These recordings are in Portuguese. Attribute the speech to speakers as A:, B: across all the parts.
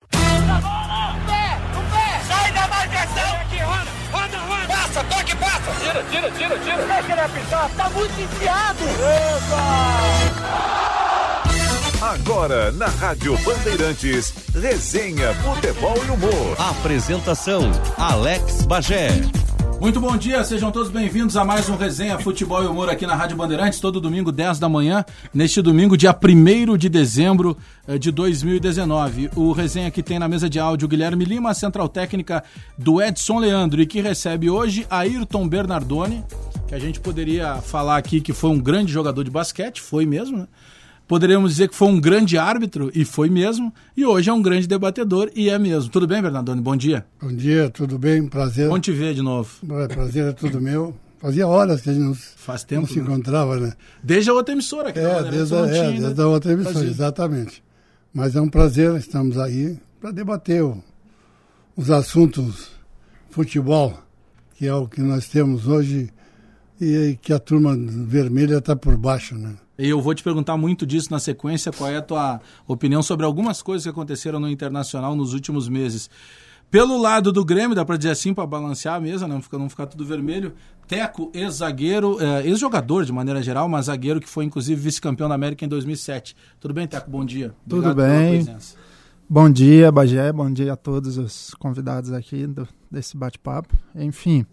A: Um cabeça. Tira, tira, tira, tira.
B: Deixa ele apitar, tá muito enfiado. Eita!
C: Agora, na Rádio Bandeirantes, resenha, futebol e humor.
D: Apresentação, Alex Bagé.
E: Muito bom dia, sejam todos bem-vindos a mais um Resenha Futebol e Humor aqui na Rádio Bandeirantes, todo domingo 10 da manhã, neste domingo, dia 1 de dezembro eh, de 2019. O resenha que tem na mesa de áudio Guilherme Lima, a central técnica do Edson Leandro e que recebe hoje Ayrton Bernardoni, que a gente poderia falar aqui que foi um grande jogador de basquete, foi mesmo, né? Poderíamos dizer que foi um grande árbitro, e foi mesmo, e hoje é um grande debatedor, e é mesmo. Tudo bem, Bernardoni? Bom dia.
F: Bom dia, tudo bem? Prazer.
E: Bom te ver de novo.
F: É, prazer é tudo meu. Fazia horas que a gente não,
E: Faz tempo,
F: não se encontrava, né?
E: Desde a outra emissora. Que
F: é, era, desde, a, é, desde né? a outra emissora, Fazia. exatamente. Mas é um prazer, estamos aí para debater o, os assuntos futebol, que é o que nós temos hoje, e que a turma vermelha está por baixo, né?
E: E eu vou te perguntar muito disso na sequência, qual é a tua opinião sobre algumas coisas que aconteceram no Internacional nos últimos meses. Pelo lado do Grêmio, dá para dizer assim, para balancear a mesa, né? não, ficar, não ficar tudo vermelho. Teco, ex-zagueiro, eh, ex-jogador de maneira geral, mas zagueiro que foi inclusive vice-campeão da América em 2007. Tudo bem, Teco? Bom dia.
G: Obrigado tudo bem. Bom dia, Bagé. Bom dia a todos os convidados aqui do, desse bate-papo. Enfim,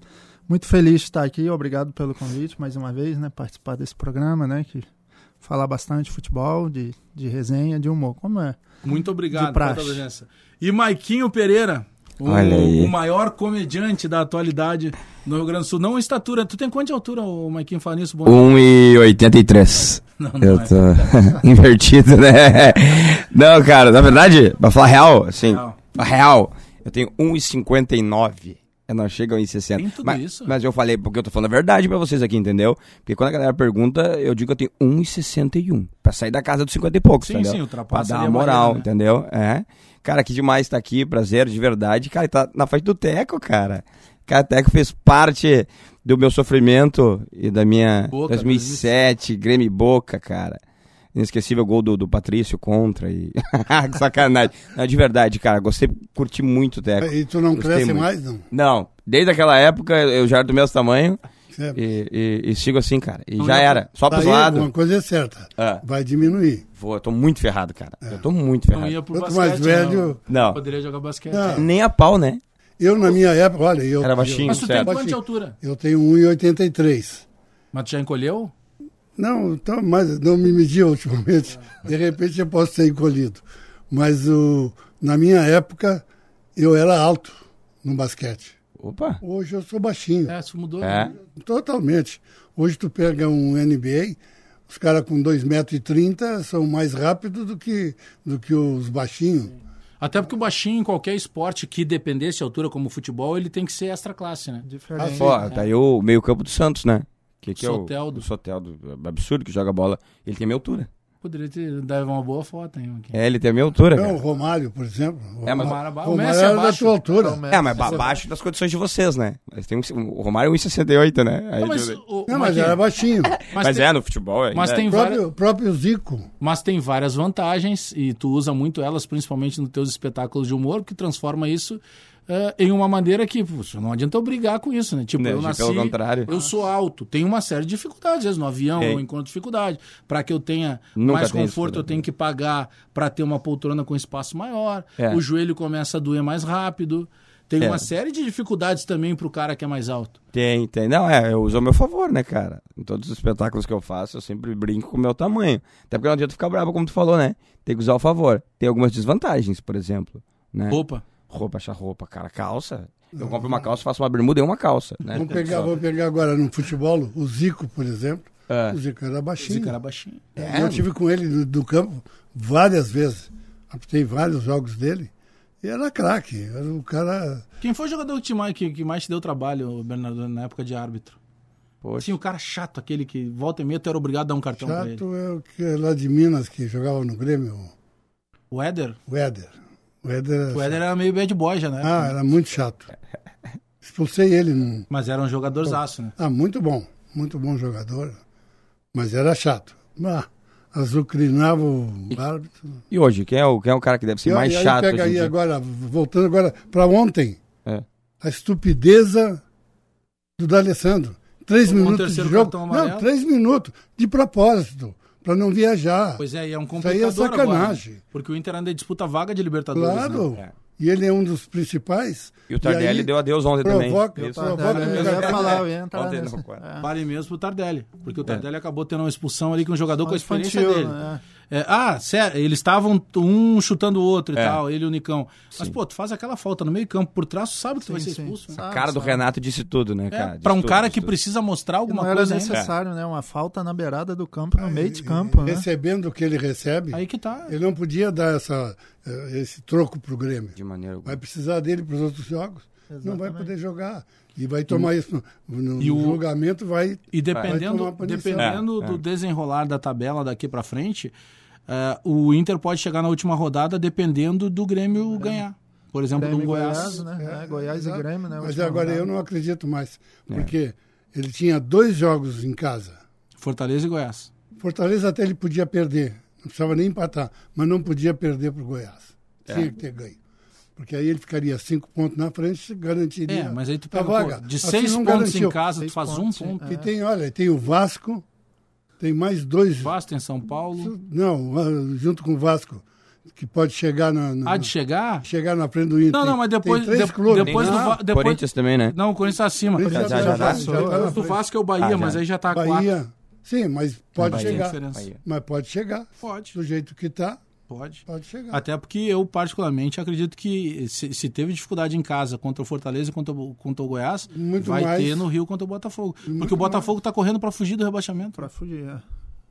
G: muito feliz de estar aqui. Obrigado pelo convite mais uma vez, né? Participar desse programa, né? Que falar bastante de futebol, de, de resenha, de humor. Como é?
E: Muito obrigado pela presença. E Maiquinho Pereira, o, o, maior comediante da atualidade no Rio Grande do Sul. Não estatura. Tu tem quanto de altura, o Maiquinho fala nisso?
H: 1,83. Não, é. não Eu tô invertido, né? Não, cara, na verdade, pra falar real, assim, real, real eu tenho 1,59. Eu não chegam em 60.
E: Mas,
H: mas, eu falei, porque eu tô falando a verdade pra vocês aqui, entendeu? Porque quando a galera pergunta, eu digo que eu tenho 1,61. Pra sair da casa dos 50 e poucos,
E: sim,
H: entendeu?
E: Sim, ultrapassa.
H: Pra dar a moral, né? entendeu? É. Cara, que demais tá aqui, prazer, de verdade. Cara, tá na frente do Teco, cara. Cara, o Teco fez parte do meu sofrimento e da minha. Boca, 2007, Grêmio Boca, cara. Inesquecível gol do, do Patrício contra e. Sacanagem. Não, de verdade, cara. Gostei, curti muito o Teco.
F: E tu não Gostei cresce muito. mais, não?
H: Não. Desde aquela época eu já era do mesmo tamanho.
F: É.
H: E, e, e, sigo assim, cara. E não, já era. Só pros lados.
F: Uma coisa é certa. Ah. Vai diminuir.
H: Vou, eu tô muito ferrado, cara. É. Eu tô muito ferrado. Não
E: ia pro Quanto basquete, mais
F: velho. Ah,
H: Não. não.
E: Poderia jogar basquete. Não.
H: Nem a pau, né?
F: Eu, na minha época, olha. Eu,
H: era baixinho, eu,
E: Mas tu certo. tem quanto de altura?
F: Eu tenho 1,83.
E: Mas tu já encolheu?
F: Não, então, mas não me media ultimamente. De repente eu posso ser encolhido. Mas o, na minha época eu era alto no basquete.
H: Opa!
F: Hoje eu sou baixinho.
E: É, isso mudou.
H: É.
F: Totalmente. Hoje tu pega um NBA, os caras com 2,30m são mais rápidos do que, do que os baixinhos.
E: Até porque o baixinho em qualquer esporte que dependesse de altura, como o futebol, ele tem que ser extra classe, né?
H: Diferente. Ah, só, é. tá aí o meio campo do Santos, né? Que, que
E: Soteldo.
H: É o, o Soteldo, absurdo que joga bola. Ele tem minha altura.
E: Poderia ter dado uma boa foto, hein?
H: É, ele tem a minha altura,
F: não,
H: cara.
F: O Romário, por exemplo. O
H: é, mas
F: Romário,
E: o Messi é
F: da sua altura.
H: É, mas abaixo das condições de vocês, né? Mas tem um, o Romário é 1,68, né?
F: Aí não, mas, eu... o, não, mas era baixinho.
H: mas, mas tem... é, no futebol é.
E: Mas
H: é.
E: tem
F: o próprio, várias... próprio Zico.
E: Mas tem várias vantagens e tu usa muito elas, principalmente nos teus espetáculos de humor, que transforma isso é, em uma maneira que puxa, não adianta eu brigar com isso, né? Tipo, não, eu nasci,
H: pelo contrário.
E: eu sou alto, tenho uma série de dificuldades, às vezes no avião Ei. eu encontro dificuldade. Para que eu tenha
H: Nunca
E: mais
H: tem
E: conforto,
H: isso, né?
E: eu tenho que pagar para ter uma poltrona com espaço maior, é. o joelho começa a doer mais rápido. Tem é. uma série de dificuldades também para o cara que é mais alto.
H: Tem, tem. Não, é, eu uso ao meu favor, né, cara? Em todos os espetáculos que eu faço, eu sempre brinco com o meu tamanho. Até porque não adianta ficar bravo, como tu falou, né? Tem que usar ao favor. Tem algumas desvantagens, por exemplo. Né?
E: Opa
H: roupa, achar roupa, cara, calça. Eu compro uma calça, faço uma bermuda e uma calça. Né?
F: Vamos pegar, vou pegar agora no futebol, o Zico, por exemplo. É. O Zico era baixinho. O
E: Zico era baixinho.
F: É. Eu tive com ele do, do campo várias vezes. Apitei vários jogos dele. E era craque. Era um cara.
E: Quem foi o jogador que, mais, que, que mais te deu trabalho, Bernardo, na época de árbitro? Poxa. Sim, Assim, o cara chato, aquele que volta e meia, tu era obrigado a dar um cartão
F: chato
E: pra ele.
F: Chato é o que é lá de Minas, que jogava no Grêmio.
E: O Éder?
F: O Éder. O Éder,
E: o Éder era meio bad boy já, né?
F: É Ah, era muito chato. Expulsei ele. Num...
E: Mas era um jogadorzaço, né?
F: Ah, muito bom. Muito bom jogador. Mas era chato. Ah, azucrinava o
H: e,
F: árbitro.
H: E hoje, quem é o, quem é o cara que deve ser
F: e,
H: mais
F: e
H: chato?
F: Pega aí agora, voltando agora para ontem. É. A estupideza do D'Alessandro. Três
E: Tomou um
F: minutos de
E: terceiro
F: jogo.
E: cartão amarelo.
F: Não, três minutos, de propósito, para não viajar.
E: Pois é, e é um
F: Isso aí
E: complicador
F: é sacanagem.
E: agora, né? porque o Inter ainda disputa a vaga de Libertadores.
F: Claro.
E: né?
F: E ele é um dos principais.
H: E o Tardelli
F: aí
H: deu adeus ontem também.
F: provoca-
H: Isso.
F: provoca
G: Tá, né? Eu
F: um
G: ia
F: cartão.
G: falar, eu ia entrar
H: Ontem
G: nessa.
H: não, quase.
E: Vale mesmo pro Tardelli, porque o Tardelli acabou tendo uma expulsão ali com um jogador com a
G: Infantil,
E: experiência dele.
G: né?
E: É, ah, sério, eles estavam t- um chutando o outro e
H: É.
E: tal, ele e o Nicão. Mas, pô, tu faz aquela falta no meio campo, por trás, tu sabe que tu vai ser
G: sim.
E: expulso. né?
G: Sabe,
H: cara do
G: sabe.
H: Renato disse tudo, né,
E: É,
H: cara? Disse
E: pra um
H: tudo,
E: cara
H: disse
E: que
H: tudo.
E: precisa mostrar alguma
G: Não era
E: coisa assim, ainda.
G: necessário, né? Uma falta na beirada do campo, no meio de campo, né?
F: Recebendo o que ele recebe,
E: Aí que tá.
F: ele não podia dar essa, eh, esse troco pro Grêmio.
H: De maneira alguma.
F: Vai precisar dele para os outros jogos. Não vai
G: Exatamente.
F: poder jogar. E vai tomar isso no, no
E: E o-
F: julgamento, vai.
E: E
F: Vai tomar
E: dependendo,
F: uma punição.
E: dependendo
H: É,
E: do
H: é.
E: desenrolar da tabela daqui pra frente, eh, o Inter pode chegar na última rodada dependendo do Grêmio
F: É.
E: ganhar. Por exemplo,
G: Grêmio
E: do
G: e
E: Goiás.
G: Goiás, né? É, Goiás e
F: exato.
G: Grêmio, né?
F: Mas
G: Última
F: agora
G: rodada.
F: eu não acredito mais. Porque ele tinha dois jogos em casa.
E: Fortaleza e Goiás.
F: Fortaleza até ele podia perder, não precisava nem empatar, mas não podia perder para o Goiás. Tinha que ter ganho. Porque aí ele ficaria cinco pontos na frente e garantiria.
E: É, mas aí tu
F: a
E: pega
F: vaga.
E: pô, de
F: Assim
E: seis
F: não
E: pontos
F: garantiu.
E: em casa,
G: Seis
E: tu faz
G: pontos,
E: um
G: sim.
E: ponto.
F: E tem, olha, tem o Vasco, tem mais dois.
E: Vasco em São Paulo.
F: Não, ah, junto com o Vasco, que pode chegar na, na-
E: Há de chegar?
F: chegar na frente do Inter.
E: Não, não, mas
F: Tem
E: depois-
F: três
E: de-
F: clubes.
E: depois do
F: Ah,
E: Va- depois-
H: Corinthians também, né?
E: Não, o Corinthians tá acima.
F: Corinthians
H: Já, já, já.
F: Já tá na
E: O do
F: frente.
E: Vasco é o Bahia,
H: Ah, já.
E: mas aí já tá a quatro.
F: Bahia. Sim, mas pode
E: é
H: Bahia.
F: chegar.
E: diferença.
H: Bahia.
F: Mas pode chegar.
E: Pode,
F: Do jeito que está,
E: pode.
F: pode chegar.
E: É. Até porque eu, particularmente, acredito que se, se teve dificuldade em casa contra o Fortaleza e contra, o- contra o Goiás,
F: Muito
E: vai
F: mais.
E: ter no Rio contra o Botafogo. Porque o Botafogo tá correndo pra fugir do rebaixamento.
G: Pra fugir. é.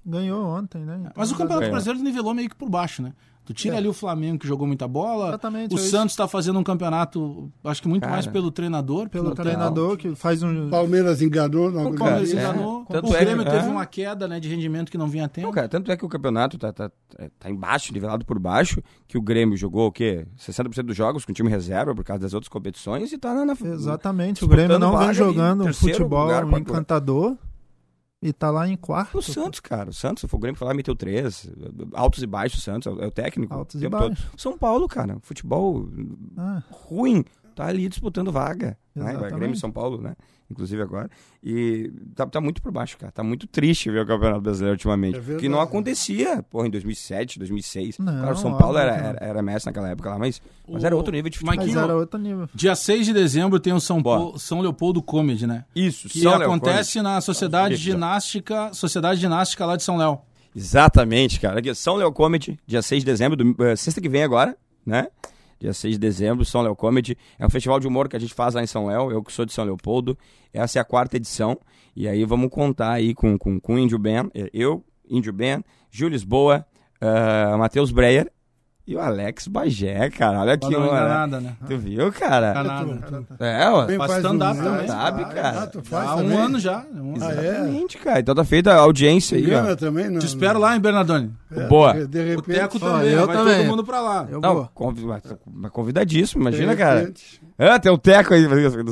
G: Ganhou ontem, né? Então,
E: Mas o Campeonato
H: É.
E: Brasileiro nivelou meio que por baixo, né? Tu tira ali o Flamengo, que jogou muita bola.
G: É. Exatamente,
E: o
G: é isso.
E: Santos tá fazendo um campeonato, acho que muito
H: Cara.
E: mais pelo treinador.
G: Pelo treinador que faz um.
F: Palmeiras enganou na
E: O Palmeiras
H: É.
E: enganou.
H: Tanto
E: Tá o
H: é que-
E: Grêmio teve
H: é.
E: uma queda né, de rendimento que não vinha a tempo.
H: Não, cara, tanto é que o campeonato tá, tá, tá embaixo, nivelado por baixo, que o Grêmio jogou o quê? 60% dos jogos com time reserva por causa das outras competições e tá na, na
G: Exatamente, o
H: disputando
G: Grêmio não
H: vaga
G: vem
H: ali,
G: jogando um
H: terceiro
G: futebol
H: lugar, quarto lugar.
G: encantador e tá lá em quarto.
H: O Santos, cara, o Santos, o Grêmio foi lá e meteu três, altos e baixos, o Santos, é o- é o técnico.
G: Altos
H: o
G: e
H: tempo
G: baixos.
H: todo. São Paulo, cara, futebol
G: Ah,
H: ruim, tá ali disputando vaga. Né? Vai
G: Exatamente.
H: Grêmio e São Paulo, né? Inclusive agora. E tá, tá muito por baixo, cara. Tá muito triste ver o Campeonato Brasileiro ultimamente.
F: É verdade.
H: que não acontecia, porra, em 2007, 2006.
G: Não,
H: claro, São
G: óbvio
H: Paulo era,
G: que não.
H: era, era Messi naquela época lá, mas, mas
E: O-
H: era outro nível de futebol.
G: mas
E: Maquinho-
G: era outro nível.
E: Dia 6 de dezembro tem o São,
H: Bora.
E: Pau- São Leopoldo Comedy, né?
H: Isso,
E: Que
H: São
E: acontece
H: Leopoldo.
E: na Sociedade
H: Isso.
E: Ginástica, Sociedade Ginástica lá de São Léo.
H: Exatamente, cara. Aqui, São Leo Comedy, dia 6 de dezembro, dom- eh, sexta que vem agora, né? Dia 6 de dezembro, São Leo Comedy. É um festival de humor que a gente faz lá em São Léo, eu que sou de São Leopoldo. Essa é a quarta edição. E aí vamos contar aí com, com, com o Índio Ben, eh, eu, Índio Ben, Gil Lisboa, ah, Matheus Breyer e o Alex Bagé, cara. Olha
E: Pra
H: que
E: não
H: hora.
E: enganada, né?
H: Tu viu, cara?
E: Enganada.
H: É, ó.
F: Bem,
E: Faz
F: faz
E: stand-up
F: um-
E: também.
H: Sabe, cara.
F: tu faz
E: Há um
F: também?
E: ano já. um ano.
F: Ah, é?
H: Exatamente, cara. Então tá feita a audiência aí,
F: Engana
H: ó.
F: também, não.
E: Te espero lá, hein, Bernardoni?
F: É,
H: Boa.
F: De repente,
E: O Teco
G: Ó,
E: também,
G: eu
E: vai
G: também.
E: todo mundo pra lá.
G: Eu
H: Não,
G: vou.
H: convi- mas convidadíssimo,
F: de
H: imagina, cara.
F: repente,
H: Ah, tem o Teco aí.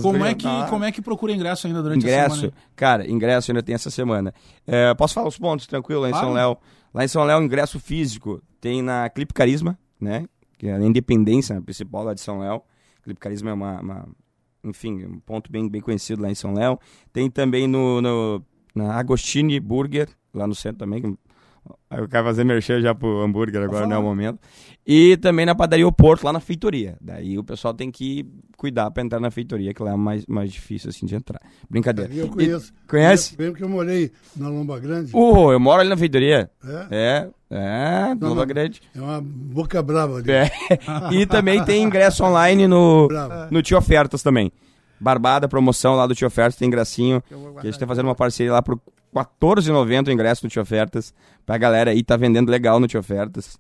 E: Como é, que, como é que procura ingresso ainda durante a
H: Ah. Ingresso,
E: semana?
H: cara, ingresso ainda tem essa semana. É, posso falar os pontos, tranquilo, lá em
E: Claro.
H: São Léo. Lá em São Léo, ingresso físico tem na Clipe Carisma, né? Que é a independência principal lá de São Léo. Clipe Carisma é uma, uma- enfim, um ponto bem, bem conhecido lá em São Léo. Tem também no, no- na Agostini Burger, lá no centro também. que- Aí eu quero fazer merchan já pro hambúrguer agora, não é o momento. E também na padaria O Porto, lá na feitoria. Daí o pessoal tem que cuidar pra entrar na feitoria, que lá é mais, mais difícil assim de entrar. Brincadeira.
F: eu
H: E-
F: conheço.
H: conhece?
F: Bem que eu morei na Lomba Grande.
H: Uh, eu moro ali na feitoria.
F: É,
H: É, é,
F: Não,
H: Nova
F: não.
H: Grande.
F: é uma boca brava ali.
H: É. E também tem ingresso online no,
F: Brava.
H: no Tio Ofertas também. Barbada, promoção lá do Tio Ofertas, tem ingressinho.
G: Eu vou
H: Que a gente
G: guardar.
H: tá fazendo uma parceria lá por R$14,90 o ingresso no Tio Ofertas. Pra galera aí, tá vendendo legal no Tio Ofertas.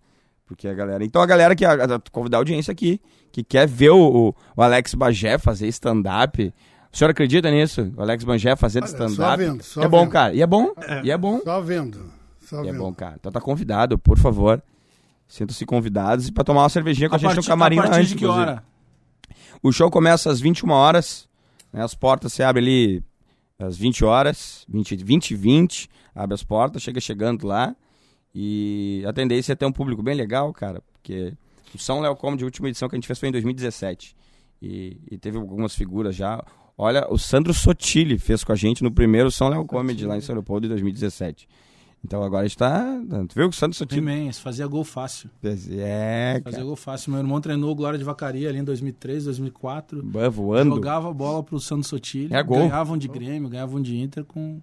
H: Porque a galera. Então a galera que. A, a- convidar a audiência aqui, que quer ver o, o- o Alex Bagé fazer stand-up. O senhor acredita nisso? O Alex Bagé fazendo
F: Olha, só
H: stand-up.
F: vendo, só
H: é bom,
F: vendo.
H: cara. E é bom. E é bom.
F: Só vendo. Só
H: E é
F: vendo.
H: bom, cara. Então tá convidado, por favor. Sintam-se convidados e pra tomar uma cervejinha com a,
E: A
H: gente
E: partir,
H: no camarim
E: a partir
H: antes,
E: de que
H: inclusive.
E: hora?
H: O show começa às 21 horas, né? As portas se abrem ali às 20 horas, 20, 20 e 20, abre as portas, chega chegando lá. E a tendência é ter um público bem legal, cara, porque o São Léo Comedy, a última edição que a gente fez foi em 2017. E, e teve algumas figuras já. Olha, o Sandro Sotile fez com a gente no primeiro São Léo Comedy lá em São Leopoldo em 2017. Então agora está. Tu viu que o Sandro Sotile.
E: Imenso, fazia gol fácil.
H: É,
E: Fazia
H: cara.
E: gol fácil. Meu irmão treinou o Glória de Vacaria ali em 2003, 2004.
H: Bah, Voando.
E: Jogava bola pro Santos Sotile.
H: É gol.
E: Ganhavam de Grêmio, ganhavam de Inter com,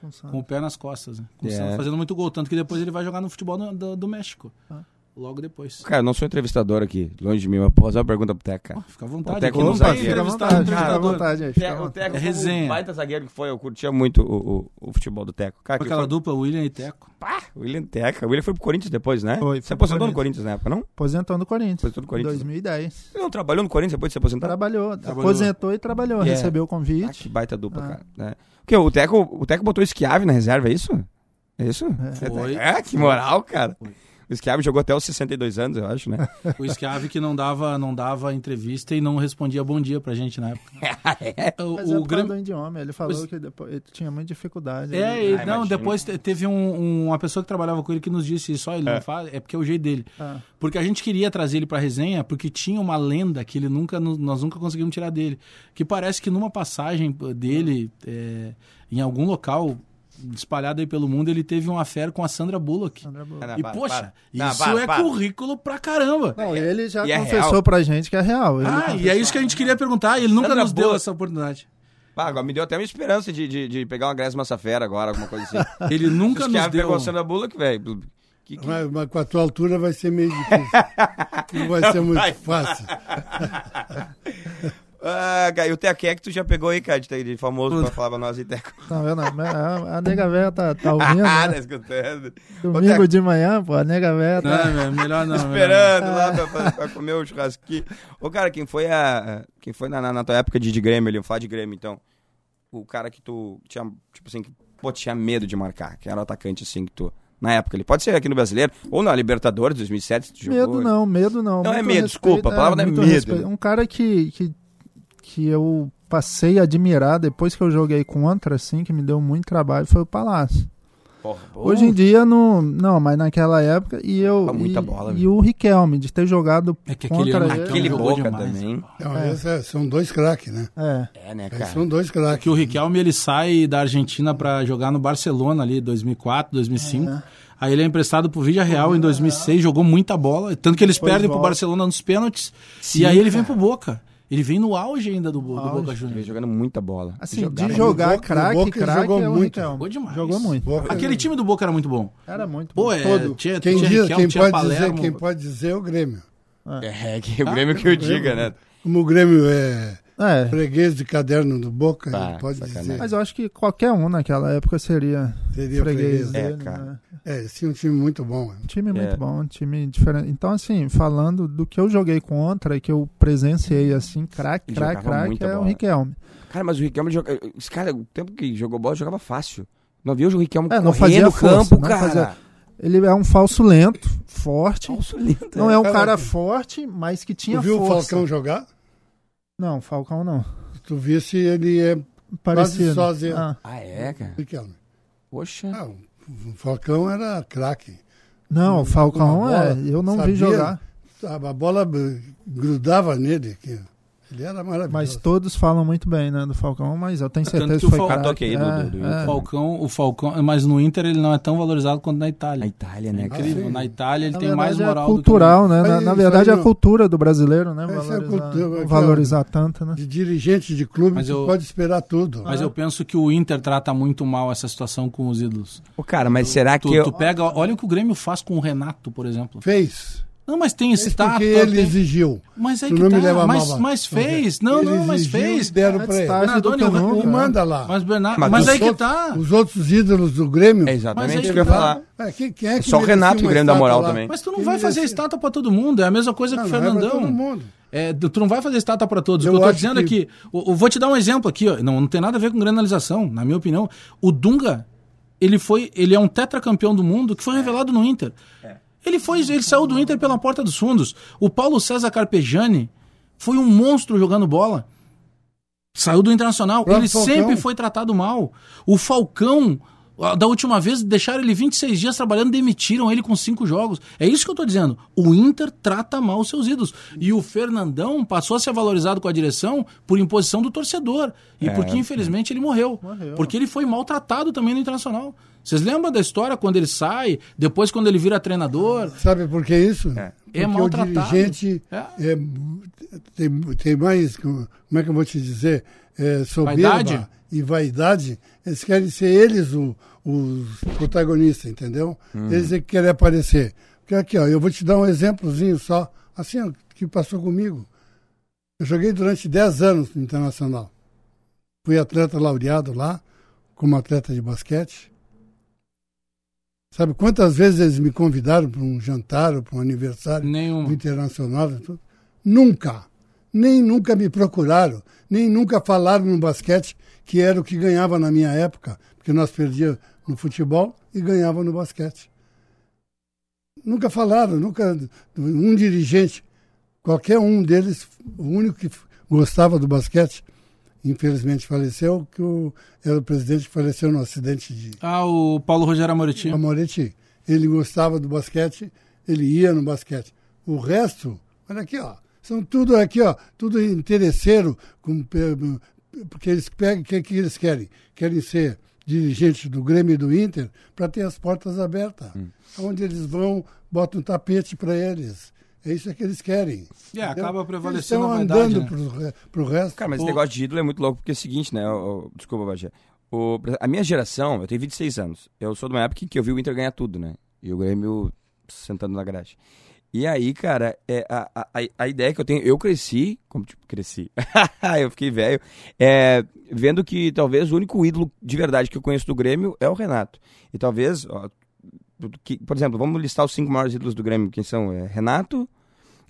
G: com o
E: com
G: Santos.
E: o pé nas costas. Né? Com o
H: É.
E: Santos fazendo muito gol. Tanto que depois ele vai jogar no futebol do, do- do México.
G: Ah.
E: Logo depois.
H: Cara, eu não sou entrevistador aqui, longe de mim, mas posso fazer uma pergunta pro Teca. cara.
E: Fica à vontade.
H: Até
E: aqui
H: que
E: não
H: não
E: tem
H: sabia.
G: Fica à
E: entrevistado,
G: vontade, fica à
E: entrevistador.
G: vontade aí. fica à
H: Te- o
G: vontade.
H: Teco,
E: É
H: como
E: resenha.
H: um baita zagueiro que foi, eu curtia muito o, o- o futebol do Teco. Cara, que
E: Aquela
H: foi-
E: dupla, William e Teco.
H: William Teca. O William foi pro Corinthians depois, né?
G: Foi,
H: Você
G: foi
H: aposentou
G: pro
H: no Corinthians na época, não?
G: Aposentou no Corinthians.
H: Aposentou no Corinthians.
G: 2010.
H: Ele não trabalhou no Corinthians depois de se aposentar?
G: Trabalhou,
E: Trabalhou.
G: aposentou e trabalhou.
H: Yeah.
G: Recebeu o
H: Ah, que
G: convite.
H: baita dupla,
G: Ah.
H: cara. né? O que? O Teco, o Teco botou o Schiave na reserva, é isso? É isso?
G: É.
E: Foi.
H: É, que moral, cara. O Schiave jogou até os 62 anos, eu acho, né?
E: O Schiave que não dava, não dava entrevista e não respondia bom dia pra gente na época.
G: Mas
E: o,
G: é
E: o
G: por
E: Grêmio...
G: causa do idioma. Ele falou
E: Pois-
G: que depois, ele tinha muita dificuldade.
E: É,
G: ele...
E: e-
H: Ah,
E: não,
H: imagino.
E: depois te- teve um- uma pessoa que trabalhava com ele que nos disse isso, ó, ele não faz, é porque é o jeito dele.
G: Ah.
E: Porque a gente queria trazer ele pra resenha, porque tinha uma lenda que ele nunca, nu- nós nunca conseguimos tirar dele. Que parece que numa passagem pô, dele, é, em algum local espalhado aí pelo mundo, ele teve uma fé com a Sandra Bullock.
G: Sandra Bullock.
H: Ah, não,
E: E,
H: para,
E: poxa,
H: para.
E: isso
H: Não, para,
E: é
H: para.
E: currículo pra caramba.
G: Não, ele já
H: e é
G: confessou
H: real.
G: pra gente que é real. Ele
E: ah, e é isso que a gente queria perguntar, e ele nunca
H: Sandra
E: nos deu
H: Bullock.
E: essa oportunidade.
H: Ah, agora me deu até uma esperança de, de, de pegar uma Grécia Massafera agora, alguma coisa assim.
E: Ele
H: O
E: nunca nos
H: Schiave pegou
E: deu.
H: a Sandra Bullock, velho. Que, que...
F: Mas, mas com a tua altura vai ser meio difícil. Não vai ser muito
H: vai.
F: fácil.
H: Ah, cara, e o Teco, quem é que tu já pegou aí, cara, de, de famoso pra falar pra nós aí, Teco?
G: Tá vendo? A, a nega véia tá, tá ouvindo.
H: Ah, tá
G: né?
H: escutando. Ô, Teco,
G: Domingo de manhã, pô, a nega véia tá.
E: Não, meu, melhor não. melhor não.
H: esperando
G: Ah.
H: lá pra, pra- pra comer o churrasquinho. Ô, cara, quem foi a. Quem foi na, na- na tua época de, de Grêmio ali? Eu falar de Grêmio, então. O cara que tu tinha, tipo assim, que pô, tinha medo de marcar, que era o atacante, assim, que tu. Na época, ele pode ser aqui no brasileiro, ou na Libertadores 2007, tu jogou.
G: Medo não, medo não.
H: Não, é
G: Muito
H: medo, desculpa, a palavra não é
G: muito
H: medo.
G: Um cara que, que, que eu passei a admirar depois que eu joguei contra, assim, que me deu muito trabalho, foi o Palácio.
H: Porra, pô.
G: Hoje em dia, não, não, mas naquela época, e eu.
H: Ah, muita
G: e,
H: bola,
G: e
H: velho.
G: o Riquelme, de ter jogado
E: É que aquele
G: contra
E: ano-
G: ele.
H: Aquele
E: Jogou
H: boca
E: demais,
H: também.
F: Então, esses é- são dois craques, né?
G: É,
H: É, né,
F: Esses
H: cara?
F: São dois craques.
E: que o Riquelme ele sai da Argentina pra jogar no Barcelona ali 2004, 2005. Aí ele é emprestado pro Vila Real em 2006, jogou muita bola, tanto que eles
G: Depois
E: perdem pro
G: volta.
E: Barcelona nos pênaltis. e aí
F: é.
E: ele vem pro Boca. Ele vem no auge ainda do, Bo- do Boca
H: Ele
E: Juniors.
H: jogando muita bola.
G: assim,
H: Jogava
G: de
H: muito.
G: jogar
F: Boca- no
G: craque,
F: Boca ele
G: craque
F: jogou
G: é o
F: muito.
G: Riquelme.
E: Jogou demais.
G: Jogou muito.
F: Boca-
E: Aquele time do Boca era muito bom.
G: Era muito
E: Pô,
G: bom.
E: é,
F: Todo.
E: tinha,
F: Quem,
E: tinha
F: diz-
E: Riquelme,
F: quem
E: tinha
F: pode
E: Palermo.
F: dizer, quem pode dizer é o Grêmio.
H: É, que
G: Ah,
H: o Grêmio que eu diga, né?
F: Como o Grêmio é
G: É,
F: freguês de caderno do Boca,
H: Tá,
F: ele pode
H: sacanagem.
F: dizer.
G: mas eu acho que qualquer um naquela época seria
F: Seria
G: freguês
F: freguês.
H: É,
G: dele,
H: cara.
G: né?
F: É, sim, um time muito bom.
G: Um time muito
H: É.
G: bom, um time diferente. Então, assim, falando do que eu joguei contra e que eu presenciei, assim, craque,
H: Ele
G: craque,
H: jogava
G: craque,
H: muita
G: é o
H: bola.
G: Riquelme.
H: Cara, mas o Riquelme joga... Esse cara, o tempo que jogou bola, jogava fácil. Não viu o Riquelme
G: É,
H: correndo
G: não fazia
H: no
G: força,
H: campo,
G: não
H: cara.
G: fazia- Ele é um falso lento, forte.
H: Nossa, lindo.
G: Não é um
F: Cara,
G: cara
F: tu-
G: forte, mas que tinha
F: Tu viu o
G: força.
F: Falcão jogar?
G: Não, Falcão não.
F: Tu visse, ele é
G: Parecido.
F: sozinho.
G: Ah,
H: Ah, é, cara?
F: Riquelme.
H: Poxa.
F: Ah, o Falcão era craque.
G: Não, o Falcão
F: Uma bola,
G: é. Eu não
F: sabia?
G: vi jogar.
F: A a bola eh, grudava nele. Que ele era
G: Mas
F: maravilhoso.
G: todos falam muito bem, né, do Falcão, mas eu tenho certeza
E: que
G: que,
E: o
G: foi
E: Falcão-
G: craque.
H: Toque aí do-
G: É,
H: do- do
G: é.
E: O
H: Inter.
E: Falcão, o Falcão, mas no Inter ele não é tão valorizado quanto na
H: Na
E: Itália.
H: Itália, né, cara?
E: É Incrível,
F: Ah, sim.
E: na Itália ele
G: Na
E: tem mais
G: verdade,
E: moral
G: é
E: do que no-
G: cultural, né?
F: Mas
G: Na, na
F: isso
G: verdade,
F: aí
G: é a
F: não-
G: cultura do brasileiro, né?
F: Essa é a
G: Valorizar,
F: cultura,
G: não
F: aquela-
G: valorizar tanto, né?
F: De dirigente de clube,
E: Mas
F: tu
E: eu-
F: pode esperar tudo.
E: Mas eu penso que o Inter trata muito mal essa situação com os ídolos.
H: Ô, cara, mas será que
E: Tu,
H: eu...
E: tu pega, olha o que o Grêmio faz com o Renato, por exemplo.
F: Fez.
E: Não, mas tem
F: Fez
E: esse tato.
F: É porque ele
E: tem-
F: exigiu.
E: Mas aí
F: Tu
E: que
F: não
E: tá,
F: me leva a
E: mas,
F: mal,
E: mas fez. Não,
F: Ele
E: não, mas
F: exigiu,
E: fez.
F: Deram
G: É
F: pra ele. tá
G: destaque do
E: Nardoni, o-
G: Canu,
E: o-
G: cara.
F: Manda lá.
E: Mas, Bernardo, mas,
H: Mas
F: Os
E: aí que
F: outros-
E: tá.
F: Os outros ídolos do Grêmio.
H: É
E: Mas
H: exatamente
E: aí
H: o que eu ia
E: que tá.
H: falar.
F: É, quem- quem é que
H: Só o Renato
F: merecia
H: que o
F: uma
H: Grêmio dá moral
F: estátua lá?
H: também.
E: Mas tu não
F: Ele
E: vai fazer
F: merecia.
E: estátua pra todo mundo. É a mesma coisa que o
F: assim. Não, não é pra
E: Fernandão.
F: todo mundo.
E: É, tu tu não vai fazer estátua pra todos. O que
F: Eu
E: eu tô
F: acho
E: dizendo
F: que-
E: é que. Eu, vou te dar um exemplo aqui, ó. Não, não tem nada a ver com granalização, na minha opinião. O Dunga, ele foi. Ele é um tetracampeão do mundo que foi
F: É.
E: revelado no Inter. Ele foi, ele saiu do Inter pela porta dos fundos. O Paulo César Carpegiani foi um monstro jogando bola. Saiu do Internacional.
F: Próprio
E: ele
F: Falcão.
E: sempre foi tratado mal. O Falcão Da última vez, deixaram ele 26 dias trabalhando, demitiram ele com cinco jogos. É isso que eu tô dizendo. O Inter trata mal os seus ídolos. E o Fernandão passou a ser valorizado com a direção por imposição do torcedor. E
H: É,
E: porque, infelizmente, ele morreu.
G: Morreu.
E: Porque ele foi maltratado também no Internacional. Vocês lembram da história quando ele sai, depois quando ele vira treinador?
F: Sabe por que isso?
H: É.
F: Porque
E: É
F: o
E: maltratado.
F: dirigente
E: É.
F: é, tem, tem mais, como como é que eu vou te dizer, é, soberba
E: Vaidade?
F: e vaidade. Eles querem ser eles o- os protagonistas, entendeu?
E: Hum.
F: Eles é que querem aparecer. Porque aqui, ó, eu vou te dar um exemplozinho só, assim, ó, que passou comigo. Eu joguei durante 10 anos no Internacional. Fui atleta laureado lá, como atleta de basquete. Sabe quantas vezes eles me convidaram para um jantar ou para um aniversário
E: Nenhuma.
F: do internacional? e tudo? Nunca. Nem nunca me procuraram, nem nunca falaram no basquete, que era o que ganhava na minha época, porque nós perdíamos no futebol e ganhava no basquete. Nunca falaram, nunca. Um dirigente, qualquer um deles, o único que gostava do basquete, infelizmente faleceu, que o, era o presidente que faleceu no acidente de,
E: Ah, o Paulo Rogério Amoretti.
F: a Moretti, ele gostava do basquete, ele ia no basquete. O resto, olha aqui, ó, são tudo aqui, ó, tudo interesseiro, com pe- porque eles pegam, o que, que eles querem? Querem ser dirigentes do Grêmio e do Inter para ter as portas abertas.
H: Hum.
F: Onde eles vão, botam um tapete para eles. É isso que eles querem.
E: É, acaba prevalecendo
F: estão
E: a vaidade,
F: andando
E: né?
F: pro re- pro resto.
H: Cara, mas
E: O-
H: esse negócio de ídolo é muito louco, porque é o seguinte, né? o- o- desculpa, Bagé. O, a minha geração, eu tenho 26 anos. Eu sou de uma época em que eu vi o Inter ganhar tudo, né? E o Grêmio sentando na grade. E aí, cara, é, a, a, a- a ideia que eu tenho, eu cresci, como tipo, cresci, eu fiquei velho, é, vendo que talvez o único ídolo de verdade que eu conheço do Grêmio é o Renato. E talvez, ó, que- por exemplo, vamos listar os cinco maiores ídolos do Grêmio, quem são? É, Renato,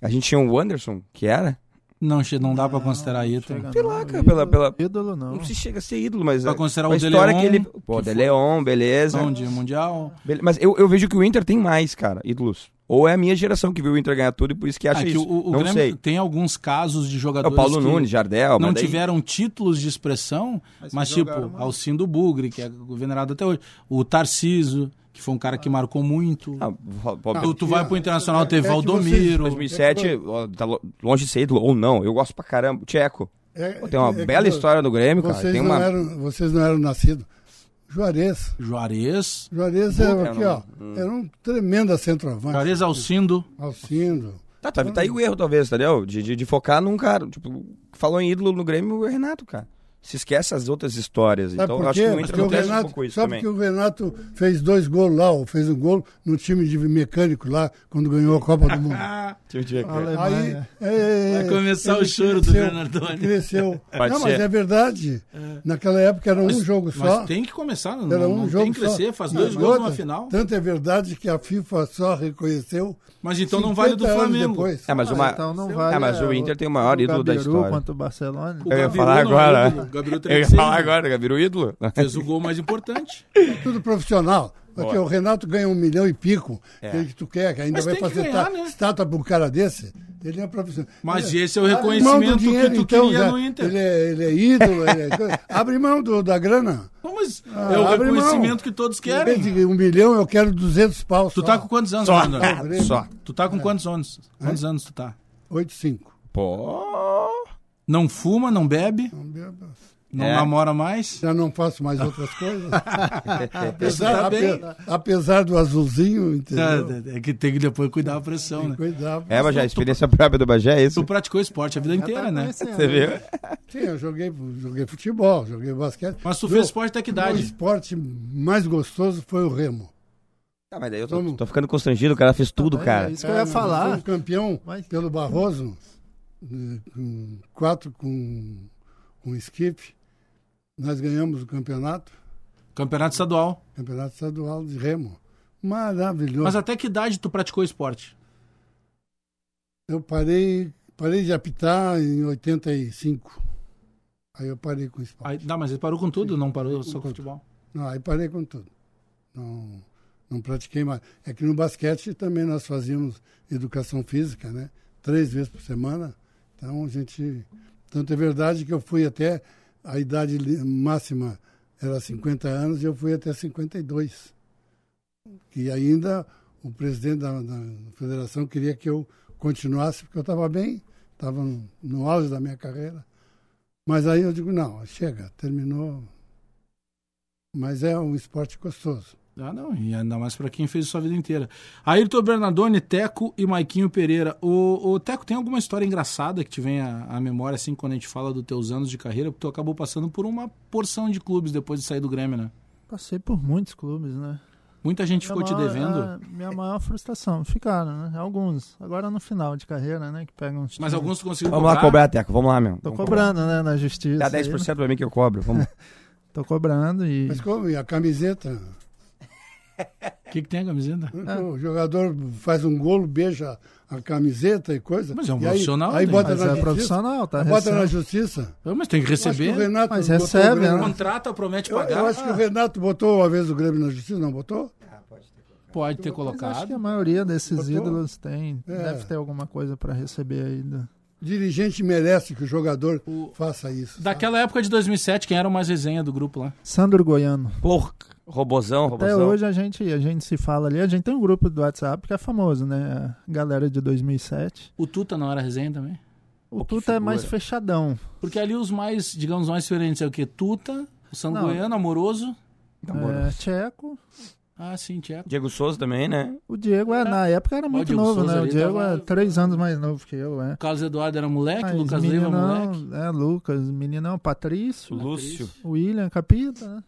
H: a gente tinha o Anderson, que era,
E: Não, che- não dá pra considerar ídolo.
G: Chega
H: Sei
G: não,
H: lá, cara,
G: ídolo-
H: pela- pela-
G: Ídolo não.
H: não se chega a ser ídolo, mas
E: Pra
H: é,
E: considerar
H: uma
E: o De
H: história
E: Leon,
H: que ele.
E: que
H: Pô,
E: foi-
H: De Leon, beleza.
E: Onde? Mundial?
H: Bele- Mas eu, eu vejo que o Inter tem mais, cara, ídolos. Ou é a minha geração que viu o Inter ganhar tudo e por isso que acha
E: Ah, que
H: isso.
E: o- o,
H: É não
E: Grêmio
H: sei.
E: tem alguns casos de
H: É
E: jogadores
H: o Paulo
E: que
H: Nunes, Jardel,
E: não
H: mas daí-
E: tiveram títulos de expressão, mas,
G: Mas
E: tipo,
G: jogaram
F: né?
G: muito.
E: Alcindo Bugre, que é venerado até hoje, o Tarciso, que foi um cara que marcou muito.
H: Ah, Val- Val-
E: tu, tu vai pro Internacional, teve
F: é que
E: Valdomiro.
H: 2007, ó, tá lo- longe de ser ídolo, ou não, eu gosto pra caramba. Tcheco.
F: É-
H: Pô, tem uma
F: é que
H: bela
F: vo-
H: história do Grêmio, cara.
F: Vocês,
H: Tem uma.
F: não eram, vocês não eram nascidos. Juarez.
E: Juarez,
F: Juarez era
H: Puta,
F: aqui,
H: não.
F: ó. Era um tremendo centroavante.
E: Juarez Alcindo.
F: Alcindo.
H: Tá, tá, tá aí o erro, talvez, entendeu? De, de, de focar num cara. Tipo, falou em ídolo no Grêmio, é Renato, cara. Se esquece as outras histórias.
F: Sabe
H: então, eu
F: por
H: acho
F: quê?
H: que o Inter
F: Porque o
H: não tem um
F: Renato,
H: pouco isso
F: sabe
H: também.
F: que o Renato fez dois gols lá, ou fez um gol no time de mecânico lá, quando ganhou a Copa do Mundo.
H: Tio Tcheco.
F: Ah, Aí,
H: né?
G: Alemanha.
F: é,
E: Vai começar
F: ele
E: o choro do
F: cresceu,
E: Bernardoni.
F: Cresceu.
H: Pode
F: não, mas
H: ser.
F: é verdade. Naquela época era um jogo só.
E: Mas tem que começar, não,
F: Era
E: não-
F: um
E: não
F: jogo
E: tem que crescer,
F: só.
E: faz
F: E
E: dois gols
F: outra,
E: numa final.
F: Tanto é verdade que a FIFA só reconheceu.
E: Mas então não vale do
F: 50 anos
E: Flamengo.
F: Depois.
H: É, mas
G: Ah,
H: uma.
G: então não
H: É,
G: vale,
H: mas o
G: é,
H: Inter tem o maior ídolo da
G: Gabiru
H: história.
G: contra o Barcelona.
E: O
H: Eu ia
E: Gabiru
H: falar
E: não
H: agora. né?
E: é ídolo, o Gabriel
H: Eu
E: teria
H: ia
E: que ser
H: falar
E: ídolo.
H: agora, Gabiru ídolo.
E: Fez o gol mais importante.
F: tudo profissional. Porque
H: Boa.
F: o Renato ganha um milhão e pico,
H: É.
F: aquele que tu quer, que ainda
E: Mas
F: vai
E: tem que
F: fazer
E: ganhar,
F: ta-
E: né?
F: estátua para um cara desse. Ele é profissional.
E: Mas
F: ele
E: esse é o
F: abre mão do
E: reconhecimento
F: dinheiro,
E: que tu
F: então,
E: queria
F: já.
E: no Inter.
F: Ele é, ele é ídolo, ele é coisa. abre mão do- da grana.
E: Não, mas
F: Ah,
E: é o
F: abre mão.
E: reconhecimento que todos
F: Em
E: querem.
F: vez de um milhão, eu quero 200 pau.
E: Tu
F: só.
E: tá com quantos anos, Fernando?
H: Só.
E: Tu tá com quantos anos? Quantos anos tu tá?
F: 8,5.
H: Pô.
E: Não fuma, não bebe, não
H: É.
E: namora mais.
F: Já não faço mais outras coisas. apesar,
E: tá bem.
F: ape- apesar do azulzinho, entendeu?
E: É, é que tem que depois cuidar da pressão, né?
F: Cuidado.
H: É, Bajé, a experiência própria do Bajé é isso?
E: Tu praticou esporte a vida inteira, né?
H: Você viu?
F: Sim, eu joguei, joguei futebol, joguei basquete.
E: Mas tu
F: Meu,
E: fez esporte até que
F: O
E: idade?
F: esporte mais gostoso foi o remo.
H: Tá, mas daí eu tô,
F: Vamos.
H: tô ficando constrangido, o cara fez tudo,
G: É
H: cara.
G: isso que eu ia
F: Foi
G: falar.
F: campeão
G: Mas-
F: pelo Barroso, eh, com quatro com, com skip. Nós ganhamos o campeonato,
E: Campeonato estadual.
F: campeonato estadual de remo. Maravilhoso.
E: Mas até que idade tu praticou esporte?
F: Eu parei, parei de apitar em 85. Aí eu parei com o esporte.
E: Aí, não, mas ele parou com tudo, não parou só
F: tudo.
E: com futebol.
F: Não, aí parei com tudo. Não, não pratiquei mais. É que no basquete também nós fazíamos educação física, né? Três vezes por semana. Então a gente. Tanto é verdade que eu fui até a idade li- máxima era 50 anos e eu fui até 52. E ainda o presidente da, da federação queria que eu continuasse, porque eu estava bem, estava no, no auge da minha carreira. Mas aí eu digo, não, chega, terminou. Mas é um esporte gostoso.
E: Ah, não, e ainda mais para quem fez a sua vida inteira. Ayrton Bernardoni, Teco e Maiquinho Pereira. O, o Teco, tem alguma história engraçada que te vem à, à memória, assim, quando a gente fala dos teus anos de carreira? Porque tu acabou passando por uma porção de clubes depois de sair do Grêmio, né?
G: Passei por muitos clubes, né?
E: Muita gente ficou
G: maior-
E: te devendo,
F: ah,
G: a minha maior frustração. Ficaram, né? Alguns. Agora no final de carreira, né? Que pegam uns
E: mas
G: times.
E: alguns tu conseguiu
H: Vamos lá cobrar, Teco. Vamos lá, meu.
G: Tô
H: Vamos
G: cobrando, né? Na justiça.
H: Dá
G: aí, né?
H: 10% pra mim que eu cobro. Vamos.
G: Tô cobrando e.
F: Mas como? E a camiseta?
E: O que, que tem a camiseta?
G: Ah.
F: O jogador faz um golo, beija a camiseta e coisa.
E: Mas é um
F: e aí-
E: profissional,
F: Aí,
E: né?
F: bota
G: Mas
F: na
G: é
F: justiça.
G: profissional, tá?
F: bota na
G: recebendo.
F: justiça.
E: Ah, Mas tem que
F: Eu acho que o
E: receber.
F: Renato
G: Mas
F: botou o
G: recebe,
F: Grêmio-
G: né?
E: Contrata, promete
F: Eu,
E: pagar.
F: eu acho que o Renato botou uma vez o Grêmio na justiça, não botou?
E: Pode ter
G: Mas acho que a
F: é
E: colocado.
G: maioria desses
F: Botou?
G: ídolos tem.
F: É.
G: Deve ter alguma coisa pra receber aí. do-
F: Dirigente merece que o jogador
E: O-
F: faça isso. sabe?
E: Daquela época de 2007, quem era o mais resenha do grupo lá?
G: Sandro Goiano.
H: Porca. Robozão,
G: Até
H: robozão.
G: hoje a gente, a gente se fala ali. A gente tem um grupo do WhatsApp que é famoso, né? A galera de 2007.
E: O Tuta não era resenha também?
G: O
H: que
G: Tuta é mais
H: figura.
G: fechadão.
E: Porque ali os mais, digamos, mais diferentes é o quê? Tuta, o
G: Não.
E: Sanguiano, Amoroso.
G: É, tcheco.
E: Ah, sim, Tcheco.
H: Tá né? Diego Souza também, né?
G: O Diego, é, na época, era muito
E: Diego
G: novo,
E: Souza
G: né? O
E: ali
G: Diego
E: tava-
G: é três anos mais novo que eu, é.
E: O Carlos Eduardo era moleque,
G: Mas
E: Lucas Leiva
G: meninão,
E: moleque.
G: É, Lucas, meninão, Patrício,
H: Lúcio.
G: William, Capita, né?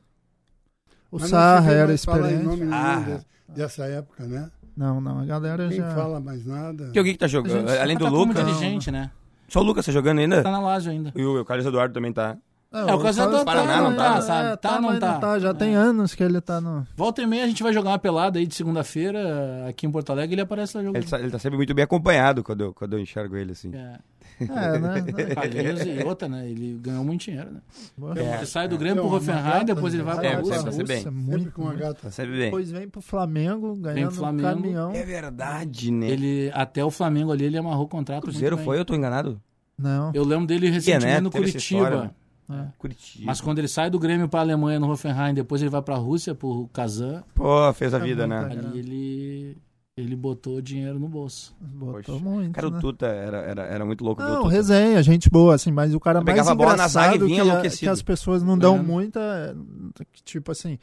G: O
F: Mas não
G: Sarra
F: se vê
G: era
F: mais falar em
G: experiente.
F: nome nenhum
H: Ah.
F: desse- dessa época, né?
G: Não, não, a galera
F: Ninguém
G: já...
F: fala mais nada.
H: Tem alguém que tá jogando?
E: Gente,
H: Além do
E: tá como
H: Lucas.
E: dirigente, né?
H: Só o Lucas tá jogando
E: Tá
H: ainda?
E: na Lazio ainda.
H: E o, o Carlos Eduardo também tá.
E: É, o Casado
G: Carlos
E: tá,
H: Paraná não
G: é,
H: tá,
E: sabe?
G: é,
E: Tá, não
G: mas
E: tá.
G: Já tem anos que ele tá no...
E: Volta e meia a gente vai jogar uma pelada aí de segunda-feira aqui em Porto Alegre ele aparece lá jogando.
H: Ele, sa- ele tá sempre muito bem acompanhado quando eu, quando eu enxergo ele, assim.
E: É,
G: É, né?
E: Palheiros e outra, né? Ele ganhou muito dinheiro, né?
G: Boa.
E: Ele sai do Grêmio
F: É
E: pro
F: uma
E: Hoffenheim,
F: gata,
E: depois ele vai
G: Tá
F: né?
E: pra
H: É,
E: Rússia.
H: sempre, sempre.
G: Nossa,
F: Sempre
G: muito,
F: com uma
G: muito.
F: gata.
H: Tá sempre bem.
G: Depois vem pro Flamengo, ganhando
E: Flamengo.
G: um caminhão.
H: É verdade, né?
E: Ele, até o Flamengo ali, ele amarrou o contrato.
H: O Cruzeiro
E: muito bem.
H: foi, eu tô enganado?
G: Não,
E: Eu lembro dele recentemente
H: né?
E: no
H: Teve essa
E: Curitiba.
H: história, né? Curitiba.
E: Mas quando ele sai do Grêmio pra Alemanha no Hoffenheim, depois ele vai pra Rússia pro Kazan,
H: Pô, fez a vida, né?
G: Caramba.
E: ali ele ele botou dinheiro no bolso.
G: botou
H: Poxa.
G: muito,
H: Cara, o
G: né?
H: Tuta era, era, era muito louco.
G: Não,
H: do Tuta.
G: resenha, gente boa, assim, mas o cara
H: Eu
G: mais
H: pegava a bola na zaga e
G: engraçado
H: vinha
G: que, a-
H: enlouquecido.
G: que as pessoas não dão
E: É.
G: muita, é, que, tipo assim,